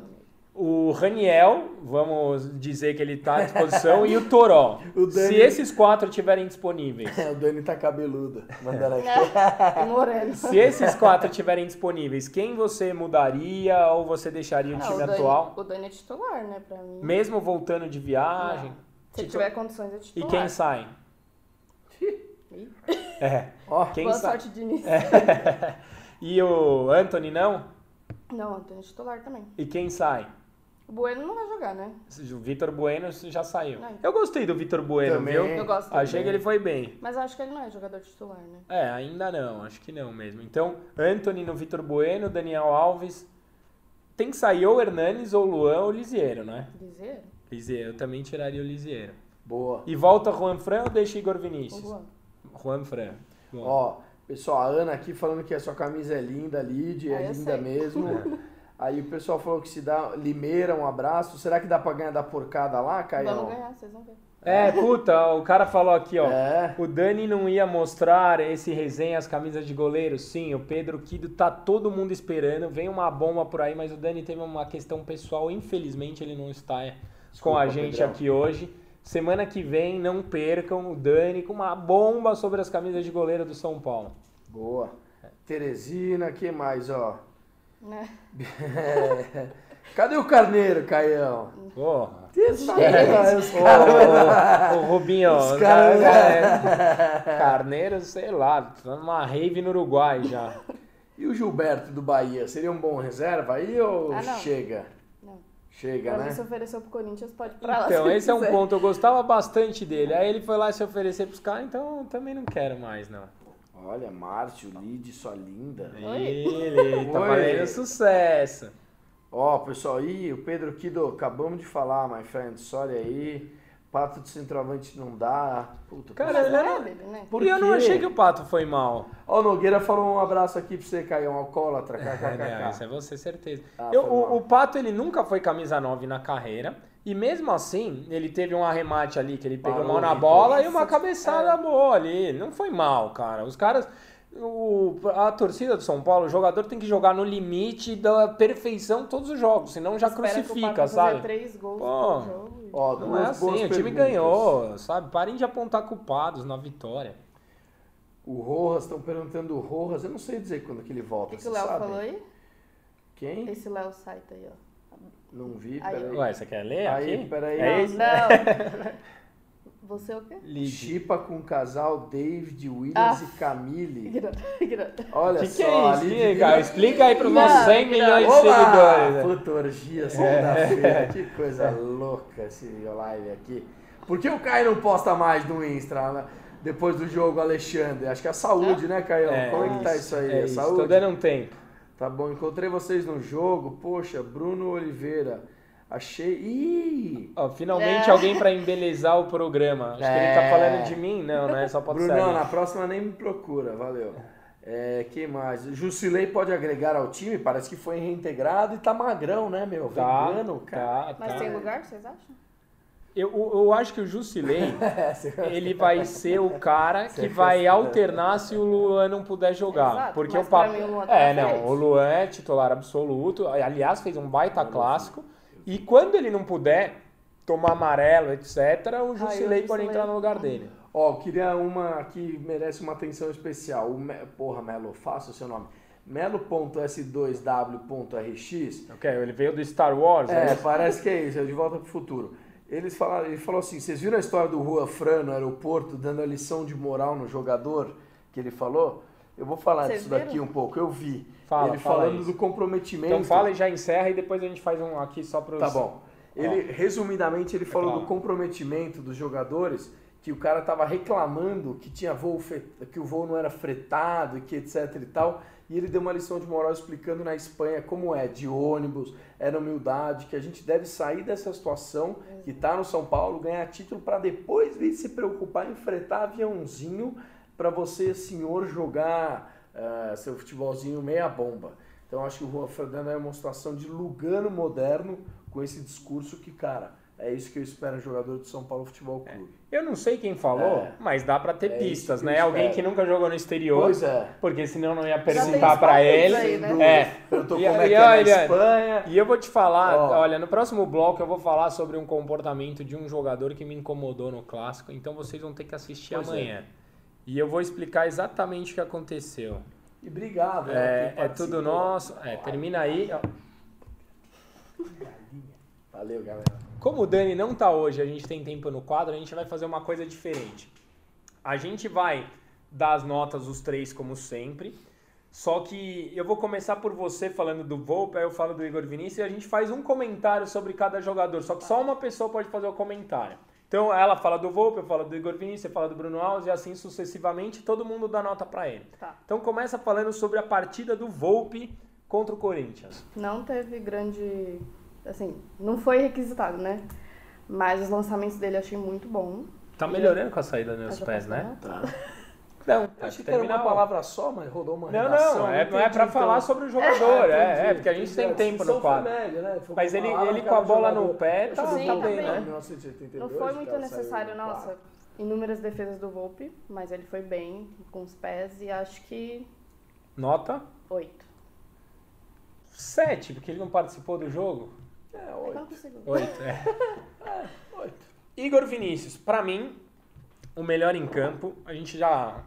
O Raniel, vamos dizer que ele está à disposição, e o Toró. O Dani- Se esses quatro estiverem disponíveis, o Dani tá cabeludo. Mandaram aqui. Né? E Moreno. se esses quatro estiverem disponíveis, quem você mudaria ou você deixaria o Ah, time Dani- atual? o Dani é titular, né, pra mim. Mesmo voltando de viagem. Não. Se Titu- tiver condições, é E titular. quem sai? Ih, É. Ó, Quem É. Boa sai? sorte, Diniz. E o Anthony não? Não, o Dani é titular também. E quem sai? O Bueno não vai jogar, né? O Vitor Bueno já saiu. Não. Eu gostei do Vitor Bueno, Também. viu? Eu gosto dele. Achei que Ah, ele foi bem. Mas acho que ele não é jogador titular, né? É, ainda não, acho que não mesmo. Então, Anthony no Vitor Bueno, Daniel Alves. Tem que sair ou Hernanes, ou Luan, ou Lisieiro, né? Dizer? Lisieiro, eu também tiraria o Lisieiro. boa. E volta Juan Fran ou deixa Igor O Vinícius? Luan. Juan Fran. Bom. Ó, pessoal, a Ana aqui falando que a sua camisa é linda, Lid, Ah, é eu linda sei. mesmo. Aí o pessoal falou que se dá Limeira, um abraço. Será que dá pra ganhar da porcada lá, Vamos Caião? ganhar, vocês vão ver. É, puta, o cara falou aqui, ó. É. O Dani não ia mostrar esse resenha, as camisas de goleiro? Sim, o Pedro Kido tá todo mundo esperando. Vem uma bomba por aí, mas o Dani teve uma questão pessoal. Infelizmente, ele não está é, com Desculpa, a gente Pedrão. aqui hoje. Semana que vem, não percam o Dani com uma bomba sobre as camisas de goleiro do São Paulo. Boa. Teresina, que mais, ó? Né? É, Cadê o Carneiro, Caião? Porra. Terça-feira, os Ô, caras- ô, ô, Rubinho, Os o caras- cara- é, carneiro, sei lá, tá numa rave no Uruguai já. E o Gilberto do Bahia, seria um bom reserva aí ou Ah, não. chega? Não. Chega, Pra mim, né? se ofereceu pro Corinthians, pode ir pra lá. Então, se esse é um quiser. ponto, eu gostava bastante dele. Aí ele foi lá se oferecer pros caras, então eu também não quero mais, não. Olha, Márcio, Lid, sua linda. Oi. Ele tá Oi. valendo sucesso. Ó, pessoal, aí o Pedro Kido, acabamos de falar, my friend, sorry aí. Pato de centroavante não dá. Puta, Cara, Mas ele não era- é dele, né? Por e eu não quê? achei que o Pato foi mal. Ó, o Nogueira falou um abraço aqui pra você, Caião, alcoólatra, É, né? Isso kkkk. é você, certeza. Ah, Eu- foi mal. o, o Pato, ele nunca foi camisa 9 na carreira. E mesmo assim, ele teve um arremate ali, que ele pegou Parou, mal na Vitor. bola e uma Nossa, é. cabeçada boa ali. Não foi mal, cara. Os caras... o- a torcida do São Paulo, o jogador tem que jogar no limite da perfeição todos os jogos, senão já Espera que o Pato crucifica, fazer sabe? três gols Pô. no jogo. e- Ó, Não duas é assim, o boas time perguntas. ganhou, sabe? Parem de apontar culpados na vitória. O Rojas, estão perguntando o Rojas, eu não sei dizer quando que ele O volta, que, que o vocês Léo sabem? falou aí? Quem? Esse Léo Saito aí, ó. Não vi, Aí, peraí. Ué, você quer ler Aí, aqui? peraí. É não, isso? não. Você é o quê? Lide. Chipa com o casal David Williams Ah. e Camille. Ignora, ignora. Olha Que só, que é isso, ali hein, cara? Explica aí pros Não, nossos 100 não. milhões de Oba! seguidores. né? É. Futurgia, segunda-feira. Que coisa louca esse live aqui. Por que o Caio não posta mais no Insta né? depois do jogo, Alexandre? Acho que é a saúde, né, Caio? Como é que tá isso aí? É a isso. saúde? Tô dando um tempo. Tá bom, encontrei vocês no jogo. Poxa, Bruno Oliveira. Achei. Ih! Ó, finalmente É. alguém pra embelezar o programa. Acho que ele É. tá falando de mim? Não, né? Só pode Brunão, ser. na próxima nem me procura, valeu. É, que mais? Jusilei pode agregar ao time, parece que foi reintegrado e tá magrão, né, meu? Vegano, Tá, cara. tá, Mas tá. tem lugar, vocês acham? Eu, eu acho que o Jusilei, É, você- tá. ele vai ser o cara que vai alternar se o Luan não puder jogar. Exato, porque mas o papo. pra mim o Luan tá É, na frente. não, o Luan é titular absoluto. Aliás, fez um baita clássico. E quando ele não puder tomar amarelo, etc., o Jusilei o tá. pode Jusilei. entrar no lugar dele. Ó, eu queria uma que merece uma atenção especial. O Me- Porra, Melo, faça o seu nome. Melo.s2w.rx. Ok, ele veio do Star Wars, É, né? parece que é isso, é de volta pro futuro. Eles falaram, ele falou assim: vocês viram a história do Rua Fran no aeroporto, dando a lição de moral no jogador que ele falou? Eu vou falar Vocês disso viram? daqui um pouco, eu vi. Fala, ele fala falando isso. do comprometimento. Então fala e já encerra e depois a gente faz um aqui só para Tá bom. Ó. Ele, resumidamente, ele falou claro. do comprometimento dos jogadores que o cara tava reclamando que tinha voo fe- que o voo não era fretado e que etc e tal. E ele deu uma lição de moral explicando na Espanha como é de ônibus, é na humildade, que a gente deve sair dessa situação que está no São Paulo, ganhar título para depois vir se preocupar em fretar aviãozinho para você, senhor, jogar ah, seu futebolzinho meia bomba. Então acho que o Juan Fernando é uma situação de Lugano moderno com esse discurso que, cara, é isso que eu espero em jogador do São Paulo Futebol É. Clube. Eu não sei quem falou, É. mas dá pra ter É isso pistas, que né? eu Alguém espero. que nunca jogou no exterior, Pois é. porque senão não ia tem perguntar os pra palpites ele. aí, né? É. Perguntou E como é aí, que é na olha, Espanha. E eu vou te falar, Ó. olha, no próximo bloco eu vou falar sobre um comportamento de um jogador que me incomodou no clássico, então vocês vão ter que assistir Pois é. amanhã. E eu vou explicar exatamente o que aconteceu. E obrigado. né, É, quem é tudo participou. nosso. É, termina aí. ó. Valeu, galera. Como o Dani não tá hoje, a gente tem tempo no quadro, a gente vai fazer uma coisa diferente. A gente vai dar as notas, os três, como sempre. Só que eu vou começar por você falando do Volpe, aí eu falo do Igor Vinícius e a gente faz um comentário sobre cada jogador. Só que só uma pessoa pode fazer o comentário. Então ela fala do Volpe, eu falo do Igor Vinícius, você fala do Bruno Alves e assim sucessivamente, todo mundo dá nota pra ele. Tá. Então começa falando sobre a partida do Volpe contra o Corinthians. Não teve grande. Assim, não foi requisitado, né? Mas os lançamentos dele eu achei muito bom. Tá melhorando com a saída dos Essa pés, parte né? tá- Não, Achei que era uma palavra só, mas rodou uma Tá, Não, redação. não, é, não é pra entendi, então. falar sobre o jogador, Ah, é, entendi, é, porque a gente tem entendi. tempo Discussão no quadro. foi média, né? Foi Mas uma ele, palavra, ele com a cara, bola jogador. no pé Deixa tá, eu Sim, ver tá um tá bem, bem. né? Não 1982, foi cara, muito saiu necessário, em nossa, tá quatro. inúmeras defesas do Volpe, mas ele foi bem com os pés e acho que Nota oito. 7, porque ele não participou do jogo. É, Eu não oito. consigo. 8, é. Oito. Igor Vinícius, pra mim, o melhor em campo. A gente já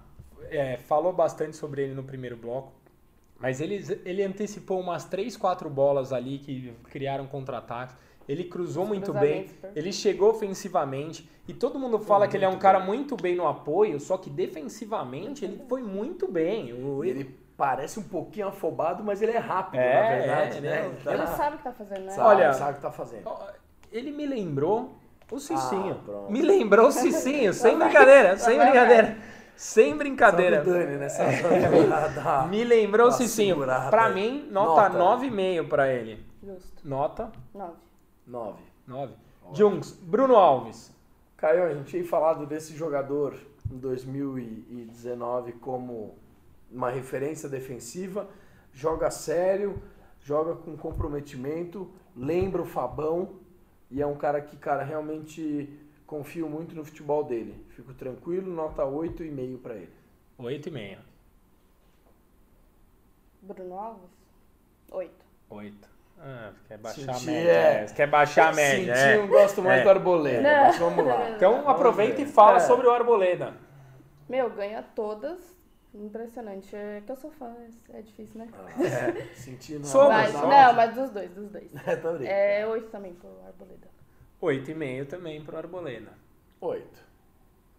é, falou bastante sobre ele no primeiro bloco. Mas ele, ele antecipou umas 3, 4 bolas ali que criaram contra-ataques. Ele cruzou Os muito bem. cruzamentos, per- Ele chegou ofensivamente e todo mundo fala que ele é um cara muito bem no apoio, só que defensivamente ele foi muito bem. O- Ele parece um pouquinho afobado, mas ele é rápido, É, na verdade, é, né? né? Ele tá- Ele sabe o que tá fazendo, né? sabe, Olha- sabe o que tá fazendo. Ó, ele me lembrou o Cicinho. Ah, pronto. me lembrou o Cicinho, sem brincadeira, sem brincadeira. Sem Sabe o brincadeira. Dani, né? Sabe É o da- da- Me lembrou o Tá Cicinho. segurado Pra aí. mim, nota Nota. 9,5 pra ele. Justo. Nota Nove. Nove. 9. Junks, Bruno Alves. Caio, a gente tinha falado desse jogador em 2019 como uma referência defensiva, joga sério, joga com comprometimento, lembra o Fabão e é um cara que, cara, realmente confio muito no futebol dele. Fico tranquilo, nota 8,5 pra ele. 8,5. Bruno Alves? Oito. 8. Ah, quer baixar Senti, a média. é. é. Quer baixar a média. Senti, é. não gosto mais É. do Arboleda, Não. mas vamos lá. Então Vamos aproveita ver. e fala É. sobre o Arboleda. Meu, ganha todas. Impressionante. É que eu sou fã, é difícil, né? É, senti não. Somos, Mas- só- não, mas dos dois, dos dois. É, tá brincando. É oito também pro Arboleda. 8,5 também pro Arboleda. Oito.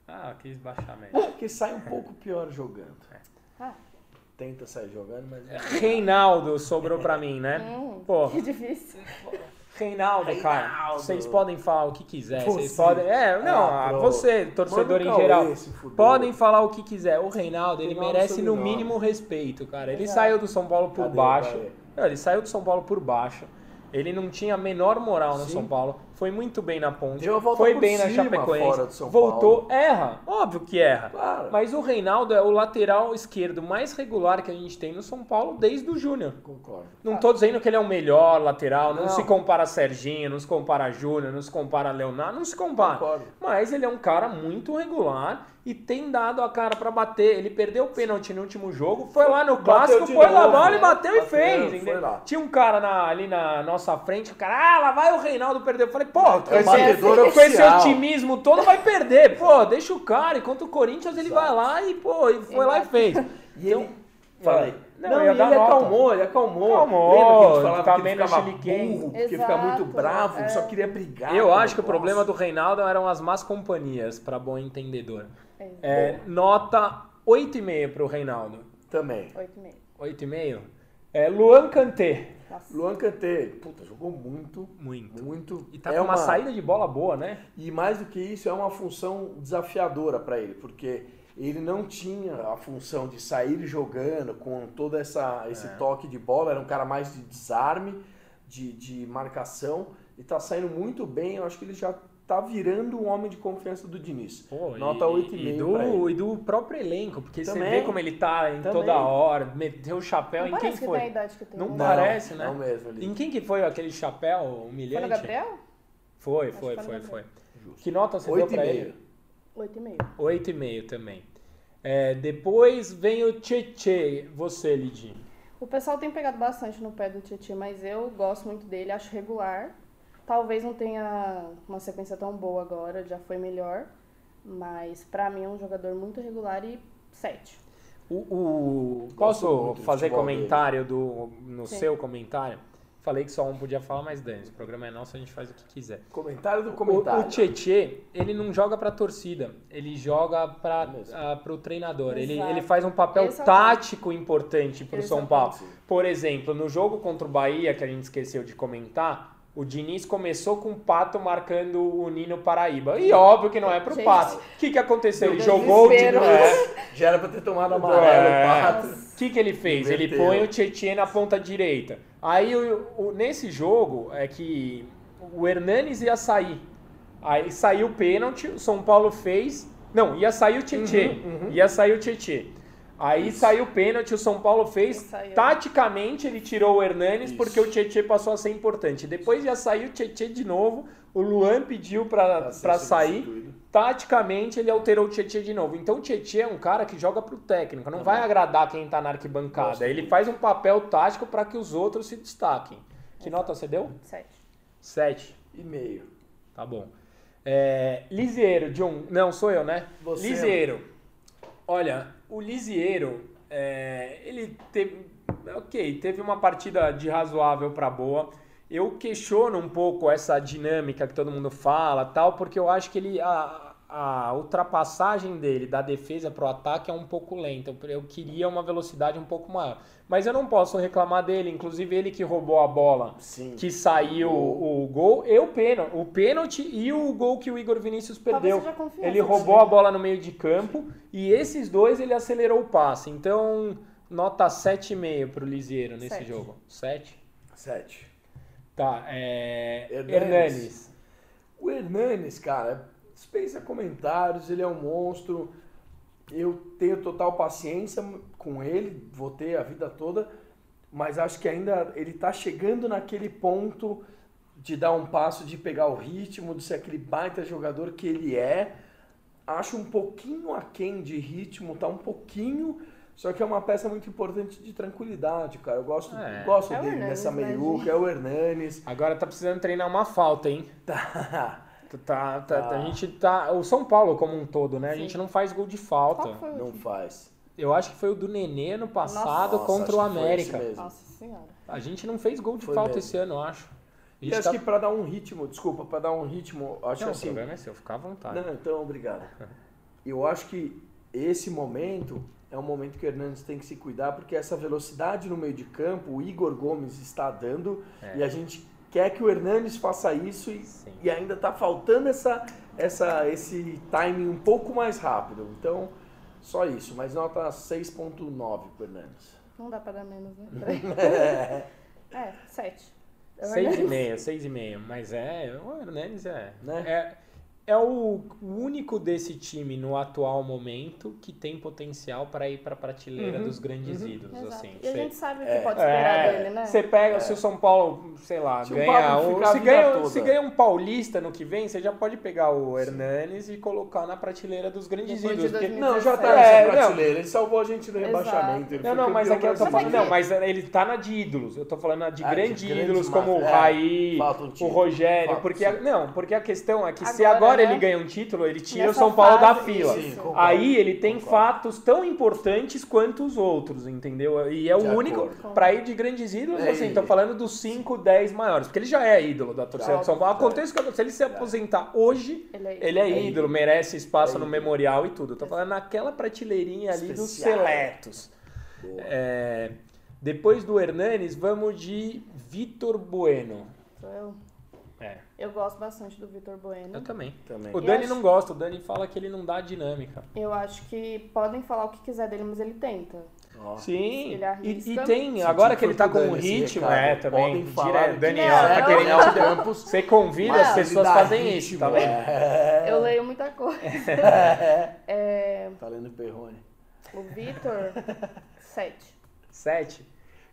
Ah, quis baixar a média. Porque sai um pouco pior jogando. É. Ah, Tenta sair jogando, mas. Reinaldo sobrou pra mim, né? hum, Pô, que difícil. Reinaldo, cara. Reinaldo. Vocês podem falar o que quiser. Vocês Você. podem. É, não, Ah, ah, pronto. você, torcedor Manda em um o Cauê geral. se fuder. Podem falar o que quiser. O Reinaldo, ele Reinaldo merece no sobrenome. É. mínimo respeito, cara. Ele Verdade. saiu do São Paulo por Cadê, baixo. Cauê? Não, Ele saiu do São Paulo por baixo. Ele não tinha a menor moral no Sim. São Paulo. Foi muito bem na ponte. Deu a volta Foi por bem na cima, Chapecoense. fora do São Voltou, Paulo. erra. Óbvio que erra. Claro. Mas o Reinaldo é o lateral esquerdo mais regular que a gente tem no São Paulo desde o Júnior. Concordo. Não tô dizendo que ele é o melhor lateral, não, Não. se compara a Serginho, não se compara a Júnior, não se compara a Leonardo, não se compara. Concordo. Mas ele é um cara muito regular e tem dado a cara pra bater. Ele perdeu o pênalti no último jogo, foi lá no Bateu clássico, de foi lá novo, bola e né? bateu, e Bateu, fez. foi entendeu? lá. Tinha um cara na- ali na nossa frente, o cara, ah, lá vai o Reinaldo perder. Eu falei, porra, com É o esse, batedor com esse oficial. otimismo todo vai perder. Pô, deixa o cara, e contra o Corinthians ele vai lá e, pô, e foi lá e Exato. fez. Então, E ele. Então, Fala aí. Não, Não, eu ia e ele dar nota. acalmou, ele acalmou. Acalmou, Lembra que a gente tá falava que ele menos ficava chiliquento. burro, porque ficava muito Exato, bravo, é. só queria brigar. Eu acho que o Nossa. problema do Reinaldo eram as más companhias, pra bom entendedor. É isso. É, nota 8,5 pro Reinaldo. Também. Oito e 8,5? meio. É Luan Kanté. Nossa. Luan Kanté, puta, jogou muito, Muito. muito. E tá é com uma, saída de bola boa, né? E mais do que isso, é uma função desafiadora para ele, porque ele não tinha a função de sair jogando com todo essa, esse É. toque de bola, era um cara mais de desarme, de, de marcação, e tá saindo muito bem, eu acho que ele já tá virando um homem de confiança do Diniz. Pô, Nota e- 8,5 e, pra do, ele. e do próprio elenco, porque você Também. vê como ele tá em Também. toda hora, meteu o chapéu Não em quem parece que foi. tem a idade que tem. Não né? Não, parece, né? Não mesmo, ele Em quem que foi aquele chapéu Foi humilhante? no Gabriel? Foi, que foi, foi no foi, foi. Gabriel. Que nota você deu Oito e pra meio. ele? 8,5. 8,5 também. É, depois vem o Tchê você, Lidi. O pessoal tem pegado bastante no pé do Tietchan, mas eu gosto muito dele, acho regular. Talvez não tenha uma sequência tão boa agora, já foi melhor. Mas pra mim é um jogador muito regular e 7. O, o- Gosto posso muito do fazer futebol comentário do, no Sim. seu comentário? Falei que só um podia falar, mas dane o programa é nosso, a gente faz o que quiser. Comentário do O, comentário. o Tietê, ele não joga pra torcida, ele joga pra, É mesmo. ah, pro treinador. Ele, Exato. ele faz um papel Esse é o tático importante pro Esse é São o Paulo. Por exemplo, no jogo contra o Bahia, que a gente esqueceu de comentar, o Diniz começou com o Pato marcando o Nino Paraíba. E óbvio que não é pro Gente. passe. O que, que aconteceu? Ele Meu jogou o desespero. Diniz. É. Já era pra ter tomado amarelo, É. pato. Nossa. O que, que ele fez? Ele Inverteu. põe o Tietchan na ponta direita. Aí, o- o- nesse jogo, é que o Hernanes ia sair. Aí saiu o pênalti, o São Paulo fez. Não, ia sair o Tietchan. Uhum. Uhum. Ia sair o Tietchan. Aí saiu o pênalti, o São Paulo fez. Isso aí, é ó. Taticamente, ele tirou o Hernanes Isso. porque o Tietchan passou a ser importante. Depois ia sair o Tietchan de novo. O Luan pediu pra ser pra sair. Tá substituído. Taticamente, ele alterou o Tietchan de novo. Então, o Tietchan é um cara que joga pro técnico, não vai agradar quem tá na arquibancada. Uhum. Gosto ele muito. faz um papel tático para que os outros se destaquem. Que nota você deu? 7. Sete. E meio. Tá bom. É, Liseiro, John. Não, sou eu, né? Você. Liseiro. Olha, o Liseiro, é, ele teve. Ok, teve uma partida de razoável pra boa. Eu questiono um pouco essa dinâmica que todo mundo fala, tal, porque eu acho que ele a, a ultrapassagem dele da defesa pro ataque é um pouco lenta. Eu- Eu queria uma velocidade um pouco maior, mas eu não posso reclamar dele. Inclusive ele que roubou a bola Sim. que saiu o, o gol e o pênalti, o pênalti e o gol que o Igor Vinícius Talvez perdeu. seja confiança. Ele roubou a bola no meio de campo e esses dois ele acelerou o passe. Então, nota 7,5 pro Lisieiro nesse Sete. jogo. 7? Sete. Tá, é... Hernanes. Hernanes. O Hernanes, cara, dispensa comentários, ele é um monstro. Eu tenho total paciência com ele, vou ter a vida toda, mas acho que ainda ele tá chegando naquele ponto de dar um passo, de pegar o ritmo, de ser aquele baita jogador que ele é. Acho um pouquinho aquém de ritmo, tá um pouquinho, só que é uma peça muito importante de tranquilidade, cara. Eu gosto, É. gosto É o dele Hernanes, nessa né, meiuca, é o Hernanes. Agora tá precisando treinar uma falta, hein? Tá. Tá, tá, tá- Tá. A gente tá... O São Paulo como um todo, né? A Sim. gente não faz gol de falta. Qual que foi o Não último? faz. Eu acho que foi o do Nenê no passado Nossa, contra o acho que foi esse América. mesmo. Nossa senhora. A gente não fez gol de Foi falta mesmo. esse ano, eu acho. A E gente acho tá- que pra dar um ritmo, desculpa, pra dar um ritmo, acho Não, o assim. problema é seu, fica à vontade. Não, então obrigado. Eu acho que esse momento é um momento que o Hernandes tem que se cuidar, porque essa velocidade no meio de campo, o Igor Gomes está dando, É. e a gente quer que o Hernandes faça isso e, Sim. e ainda tá faltando essa, essa, esse timing um pouco mais rápido. Então, só isso, mas nota 6.9 pro Hernandes. Não dá pra dar menos, né? Peraí. é, 7. Seis e meia, seis e meia. Mas é, o Hernanes é. Né? É, é o único desse time no atual momento que tem potencial para ir para a Uhum. prateleira dos grandes ídolos, assim. E a Cê- gente sabe o que É. pode esperar É, dele, né? Você pega, se o São Paulo, sei lá, Se o ganha, Pablo o, ficar a se, vida ganha, toda. se ganha um paulista no que vem, você já pode pegar o Hernanes e colocar na prateleira dos grandes Depois de ídolos. porque- 2000. Não, já tá É, nessa não. prateleira. Ele salvou a gente do Exato. rebaixamento. ele Não, foi não, mas é campeão que eu tô brasileiro. falando. Não, mas ele tá na de ídolos. Eu tô falando na de Ah, de grandes grandes ídolos massas. como o É, Raí, falta um o título. Rogério. Falta, porque a- sim. não, porque a questão é que se Agora, agora né? ele ganha um título, ele tira Nessa o São Paulo da fase, fila. isso. Sim, concordo. Aí ele tem Concordo. fatos tão importantes quanto os outros, entendeu? E é o De único acordo. pra ir de grandes ídolos, É assim, isso. tô falando dos 5, 10 maiores, porque ele já é ídolo da torcida Tá, do São Paulo. tá. Acontece que se ele se aposentar hoje, Ele é ele é, É ídolo, merece espaço É no ídolo. memorial e tudo. Eu tô falando naquela prateleirinha ali dos Especial. seletos. Boa. É, Depois do Hernanes, vamos de Vitor Bueno. Sou Então, eu. É, Eu gosto bastante do Vitor Bueno. eu também. Também. O Eu Dani acho- não gosta, o Dani fala que ele não dá dinâmica. Eu acho que podem falar o que quiser dele, mas ele tenta. Ó. Sim, Ele e, arrisca. e tem, Senti agora que foi ele tá pro com Dani o né, esse ritmo, recado. é, também. Podem falar Dire- que Daniel, quiser. tá querendo Daniel te dar- Campos. Você convida, Mas as ele pessoas dá fazem isso, ritmo, tá vendo? É. Eu leio muita coisa. É, Tá lendo Perrone. o Vitor, sete. Sete.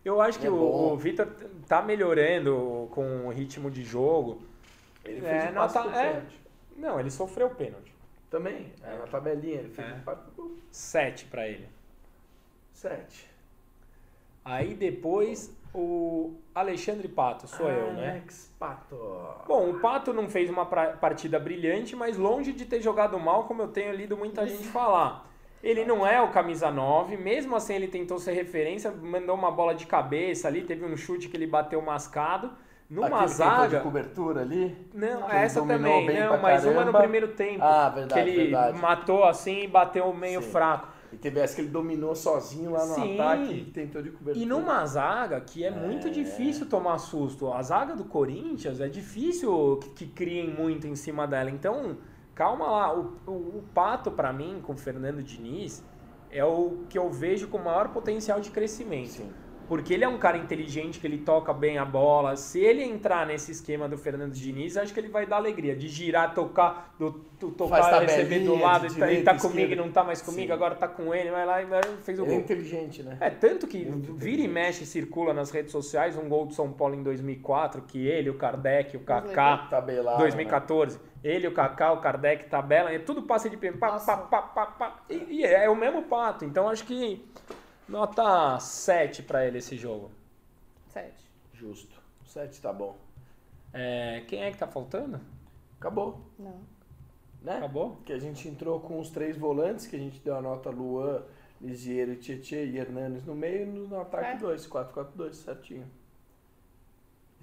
Eu acho que É o, bom. o Vitor t- tá melhorando com o ritmo de jogo. Ele É, fez um nota- passo pro é. frente. Não, ele sofreu pênalti. Também. É, na tabelinha, ele fez É. um passo pro Sete pra ele. sete. Aí depois o Alexandre Pato, sou eu, né? Alex Ah, Pato. Bom, o Pato não fez uma pra- partida brilhante, mas longe de ter jogado mal, como eu tenho lido muita gente falar. Ele não é o camisa 9, mesmo assim ele tentou ser referência, mandou uma bola de cabeça ali, teve um chute que ele bateu mascado. Numa Aquele que tentou zaga. de cobertura ali. Não, Que essa dominou também, bem não, pra mas uma no caramba. primeiro tempo. Ah, verdade, que ele verdade. matou assim e bateu meio Sim. fraco. E teve essa que ele dominou sozinho lá no Sim. ataque e tentou de cobertura. E numa zaga que é, muito difícil tomar susto. A zaga do Corinthians é difícil que, que criem muito em cima dela. Então, calma lá. O, o, o Pato, pra mim, com o Fernando Diniz, é o que eu vejo com maior potencial de crescimento. Sim. Porque ele é um cara inteligente, que ele toca bem a bola. Se ele entrar nesse esquema do Fernando Diniz, acho que ele vai dar alegria. De girar, tocar, do, do Faz tocar, tabelinha receber do lado, de ele tá, ele direita, tá comigo, esquerda. não tá mais comigo, Sim. agora tá com ele, vai lá e vai- fez o Ele é gol. inteligente, né? É, tanto que vira e Muito inteligente. mexe, circula nas redes sociais um gol do São Paulo em 2004, que ele, o Kardec, o Kaká, Tabelado. 2014, ele, o Kaká, o Kardec, tabela, é tudo passe de pé, pá, Nossa. pá, pá, pá, pá, e, e é o mesmo pato, então acho que nota 7 pra ele esse jogo. Sete. Né? Justo. Sete tá bom. É, quem é que tá faltando? Acabou, Não. né? Acabou? Que a gente entrou com os três volantes, que a gente deu a nota Luan, Ligiero e Tietê e Hernanes no meio e no, no É. ataque 2, 4-4-2, certinho.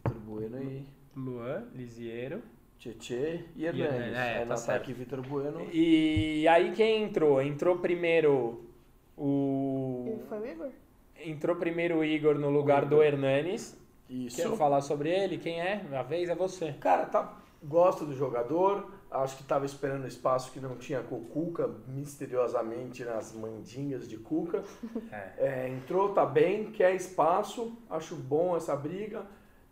Vitor Bueno e Luan, Lisiero. Tietê e Hernanes, Hernanes. é, Aí tá no ataque certo. Vitor Bueno. E aí quem entrou? Entrou primeiro o... E foi o Igor? Entrou primeiro o Igor no lugar do Hernanes. Isso. Quero falar sobre ele. Quem é? Minha vez é você. Cara, tá, gosto do jogador, acho que tava esperando um espaço que não tinha com o Cuca, misteriosamente nas mandingas de Cuca. É, entrou, tá bem, quer espaço, acho bom essa briga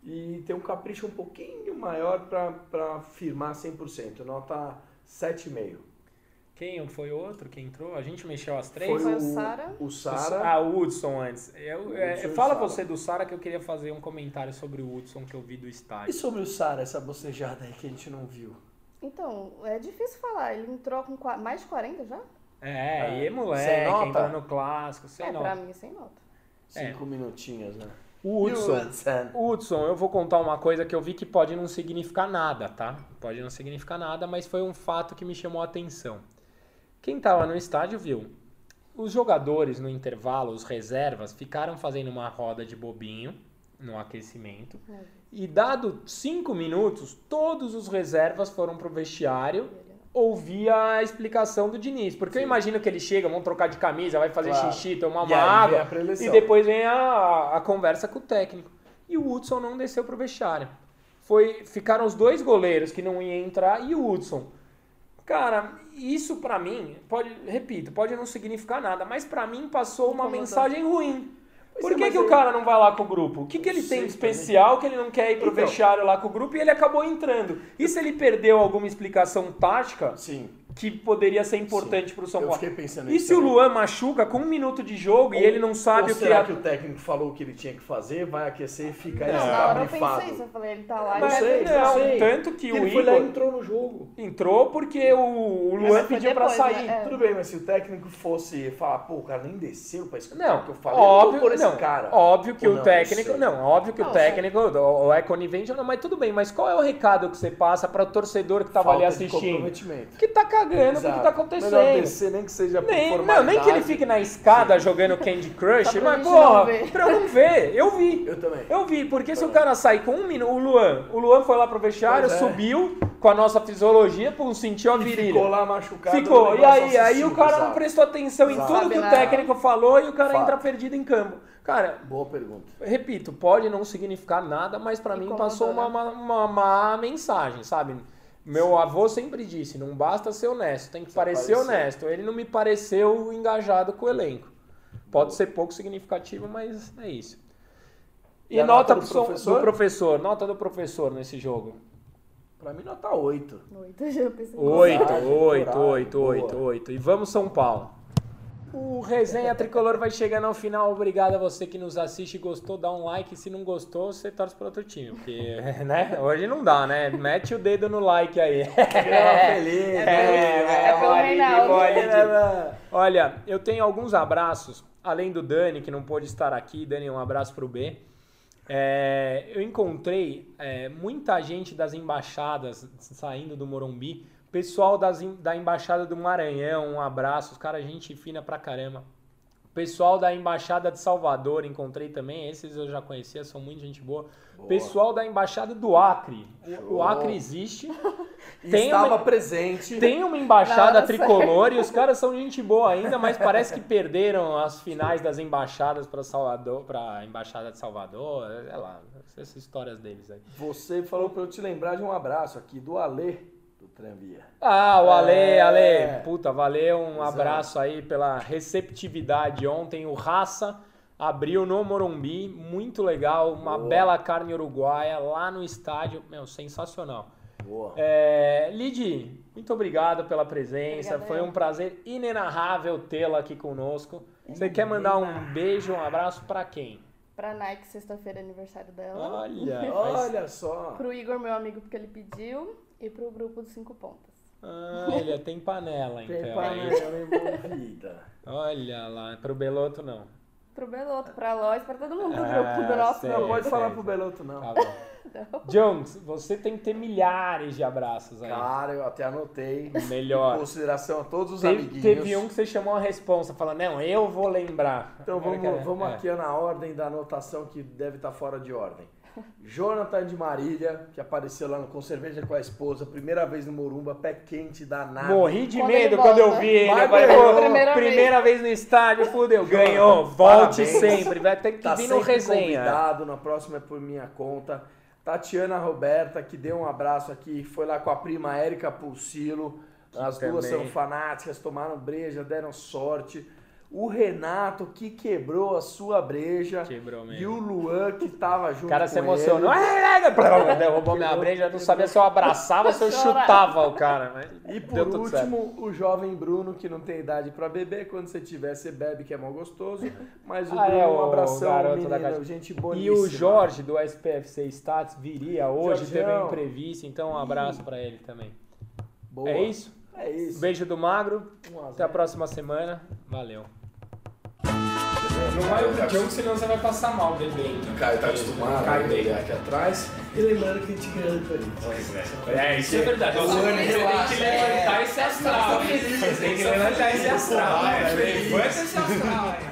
e tem um capricho um pouquinho maior pra- pra firmar 100%, nota 7,5. Quem foi o outro que entrou? A gente mexeu as três? Foi Foi o, o Sara. o O Sa- Sara. Ah, o Hudson antes. Eu- é, Hudson e fala Sara. você do Sara que eu queria fazer um comentário sobre o Hudson que eu vi do E estádio. sobre o Sara, essa bocejada aí que a gente não viu? Então, é difícil falar. Ele entrou com qua- mais de 40 já? É, Ah, e moleque, sem nota? entrou no clássico, sem é, pra nota. mim, sem nota. É. Cinco minutinhos, né? O E o Hudson. Hudson? O Hudson, eu vou contar uma coisa que eu vi que pode não significar nada, tá? Pode não significar nada, mas foi um fato que me chamou a atenção. Quem tava no estádio viu. Os jogadores no intervalo, os reservas, ficaram fazendo uma roda de bobinho no aquecimento. Meu E dado cinco minutos, todos os reservas foram pro vestiário Deus. ouvir a explicação do Diniz. Porque eu imagino que eles chegam, vão trocar de camisa, vai fazer Claro. xixi, tomar uma E aí vem água. a preleção. E depois vem a, a conversa com o técnico. E o Hudson não desceu pro vestiário. Foi, ficaram os dois goleiros que não iam entrar e o Hudson. Cara, isso pra mim, pode, repito, pode não significar nada, mas pra mim passou uma Incomodou. mensagem ruim. Pois Por é, que, mas que o aí- cara não vai lá com o grupo? O que, que Eu ele sei tem de também. especial que ele não quer ir pro Então. vestiário lá com o grupo e ele acabou entrando? E se ele perdeu alguma explicação tática Sim. que poderia ser importante pro São Eu Paulo? fiquei pensando E nisso se o também. Luan machuca com um minuto de jogo e ele não sabe Ou o que será é. que o técnico falou o que ele tinha que fazer, vai aquecer e fica Não, na hora eu pensei isso. escabrifado? Eu falei, ele tá lá é, Não ele vai sei, perder. não não, sei. tanto que o ele Igor foi lá e entrou no jogo. entrou porque o, o Luan mas foi pediu pra depois, sair. né? É. Tudo bem, mas se o técnico fosse falar, pô, o cara nem desceu pra escutar Não, o É. que eu falei, eu vou óbvio, pôr esse não, cara. óbvio que Ou o não, técnico, não sei. não, óbvio que o Não, técnico ou ou é conivente ou não, mas tudo bem, mas qual é o recado que você passa para o torcedor que tava Falta ali de assistindo? comprometimento. Que tá cagando pro que tá Melhor acontecendo. descer, nem que seja por Nem, não, formalidade. nem que ele fique na escada jogando Candy Crush, Só pra mas gente não porra, ver. pra eu não ver, eu vi. Eu também. Eu vi, porque se o cara sai com um minuto, o Luan, o Luan foi lá pro vestiário, Pois é. subiu com a nossa fisiologia, pum, sentiu a E virilha. ficou lá machucado. Ficou. no E aí, um negócio assim, aí o cara exato. não prestou atenção Exato. em tudo Sabe que o nada. técnico falou e o cara Fato. entra perdido em campo. Cara, Boa pergunta. repito, pode não significar nada, mas pra mim Incomodou, passou uma, né? uma, uma má mensagem, sabe? Meu avô sempre disse, não basta ser honesto, tem que Você parecer pareceu. honesto. Ele não me pareceu engajado com o elenco. Pode ser pouco significativo, mas é isso. E, E a nota, nota do pro- do, professor? professor? nota do professor nesse jogo. Pra mim, nota 8. Oito, eu já pensei. Oito, Coragem, oito, coragem, oito, oito, boa. oito. E vamos São Paulo. O Resenha Tricolor vai chegando ao final. Obrigado a você que nos assiste. Gostou, dá um like. Se não gostou, você torce para outro time. Porque, né? Hoje não dá, né? Mete o dedo no like aí. É, feliz. né? é pelo Reinaldo. mole de- Ela- Olha, eu tenho alguns abraços, além do Dani, que não pôde estar aqui. Dani, um abraço pro B. É, eu encontrei é, muita gente das embaixadas saindo do Morumbi. Pessoal das em- da Embaixada do Maranhão, um abraço. Os caras, gente fina pra caramba. Pessoal da Embaixada de Salvador, encontrei também. Esses eu já conhecia, são muito gente boa. Boa. Pessoal da Embaixada do Acre. O- O Show. Acre existe. E Tem estava uma- presente. Tem uma embaixada Nossa. tricolor e os caras são gente boa ainda, mas parece que perderam as finais das embaixadas para Salvador, para embaixada de Salvador, sei lá, essas histórias deles aí. Você falou pra eu te lembrar de um abraço aqui do Alê, do Tranvia. Ah, o Ale, É. Ale, puta, valeu, um Exato. abraço aí pela receptividade ontem. O Raça abriu no Morumbi, muito legal, uma Boa. bela carne uruguaia lá no estádio, meu, sensacional. Boa. É, Lid, muito obrigado pela presença. Obrigada, Foi eu. um prazer inenarrável tê-la aqui conosco. É, Você quer mandar um beijo, um abraço pra quem? Pra Nike, sexta-feira é aniversário dela. Olha, olha, Olha Ah. só. Então, Pro Igor, meu amigo, porque ele pediu. E pro grupo dos cinco pontas. olha, tem panela então. Tem aí. panela envolvida. Olha lá, pro Beloto não. Pro Beloto, pra Lois, pra todo mundo do Ah, É, grupo do nosso. sei. Não pode sei. falar pro Beloto, não. Tá bom. Não. Jones, você tem que ter milhares de abraços aí. Cara, eu até anotei. Em Melhor. consideração a todos os Teve, amiguinhos. teve um que você chamou a responsa, falou, não, eu vou lembrar. Então Agora vamos, quero- vamos é. aqui na ordem da anotação que deve estar fora de ordem. Jonathan de Marília, que apareceu lá no Com Cerveja com a Esposa, primeira vez no Morumba, pé quente, danado. Morri de Quando medo ele quando eu volta. vi ele. Vai, Eu falei, ganhou. pô, primeira, Primeira vez no estádio, fudeu, ganhou. Volte Parabéns. sempre, vai ter que Tá vir sempre no um resenha. convidado, na próxima é por minha conta. Tatiana Roberta, que deu um abraço aqui, foi lá com a prima Érica Pulsilo. As duas também. são fanáticas, tomaram breja, deram sorte. O Renato, que quebrou a sua breja. Quebrou mesmo. E o Luan, que tava junto O cara com se emocionou. É, ele. Derrubou né? minha breja, não sabia se eu abraçava ou se eu Chorava. chutava o cara. Mas E por deu tudo certo. último, o jovem Bruno, que não tem idade pra beber. Quando você tiver, você bebe, que é mal gostoso. Mas o Ah, Bruno, é, o um abração, garoto da menino, caixa. gente E boníssima. o Jorge do SPFC Stats viria hoje, teve um Jorgeão. imprevisto, então um abraço pra ele também. Boa. É isso? É isso. Beijo do Magro, Um a até a zero. próxima semana. Valeu. Não vai o jogo, senão você vai passar mal bebendo. Caio tá acostumado né? a beber aqui atrás. E lembrando que a gente ganha do Corinthians. É, isso é verdade. Você tem que né, é levantar esse astral. Você tem que levantar esse astral. Levanta esse astral.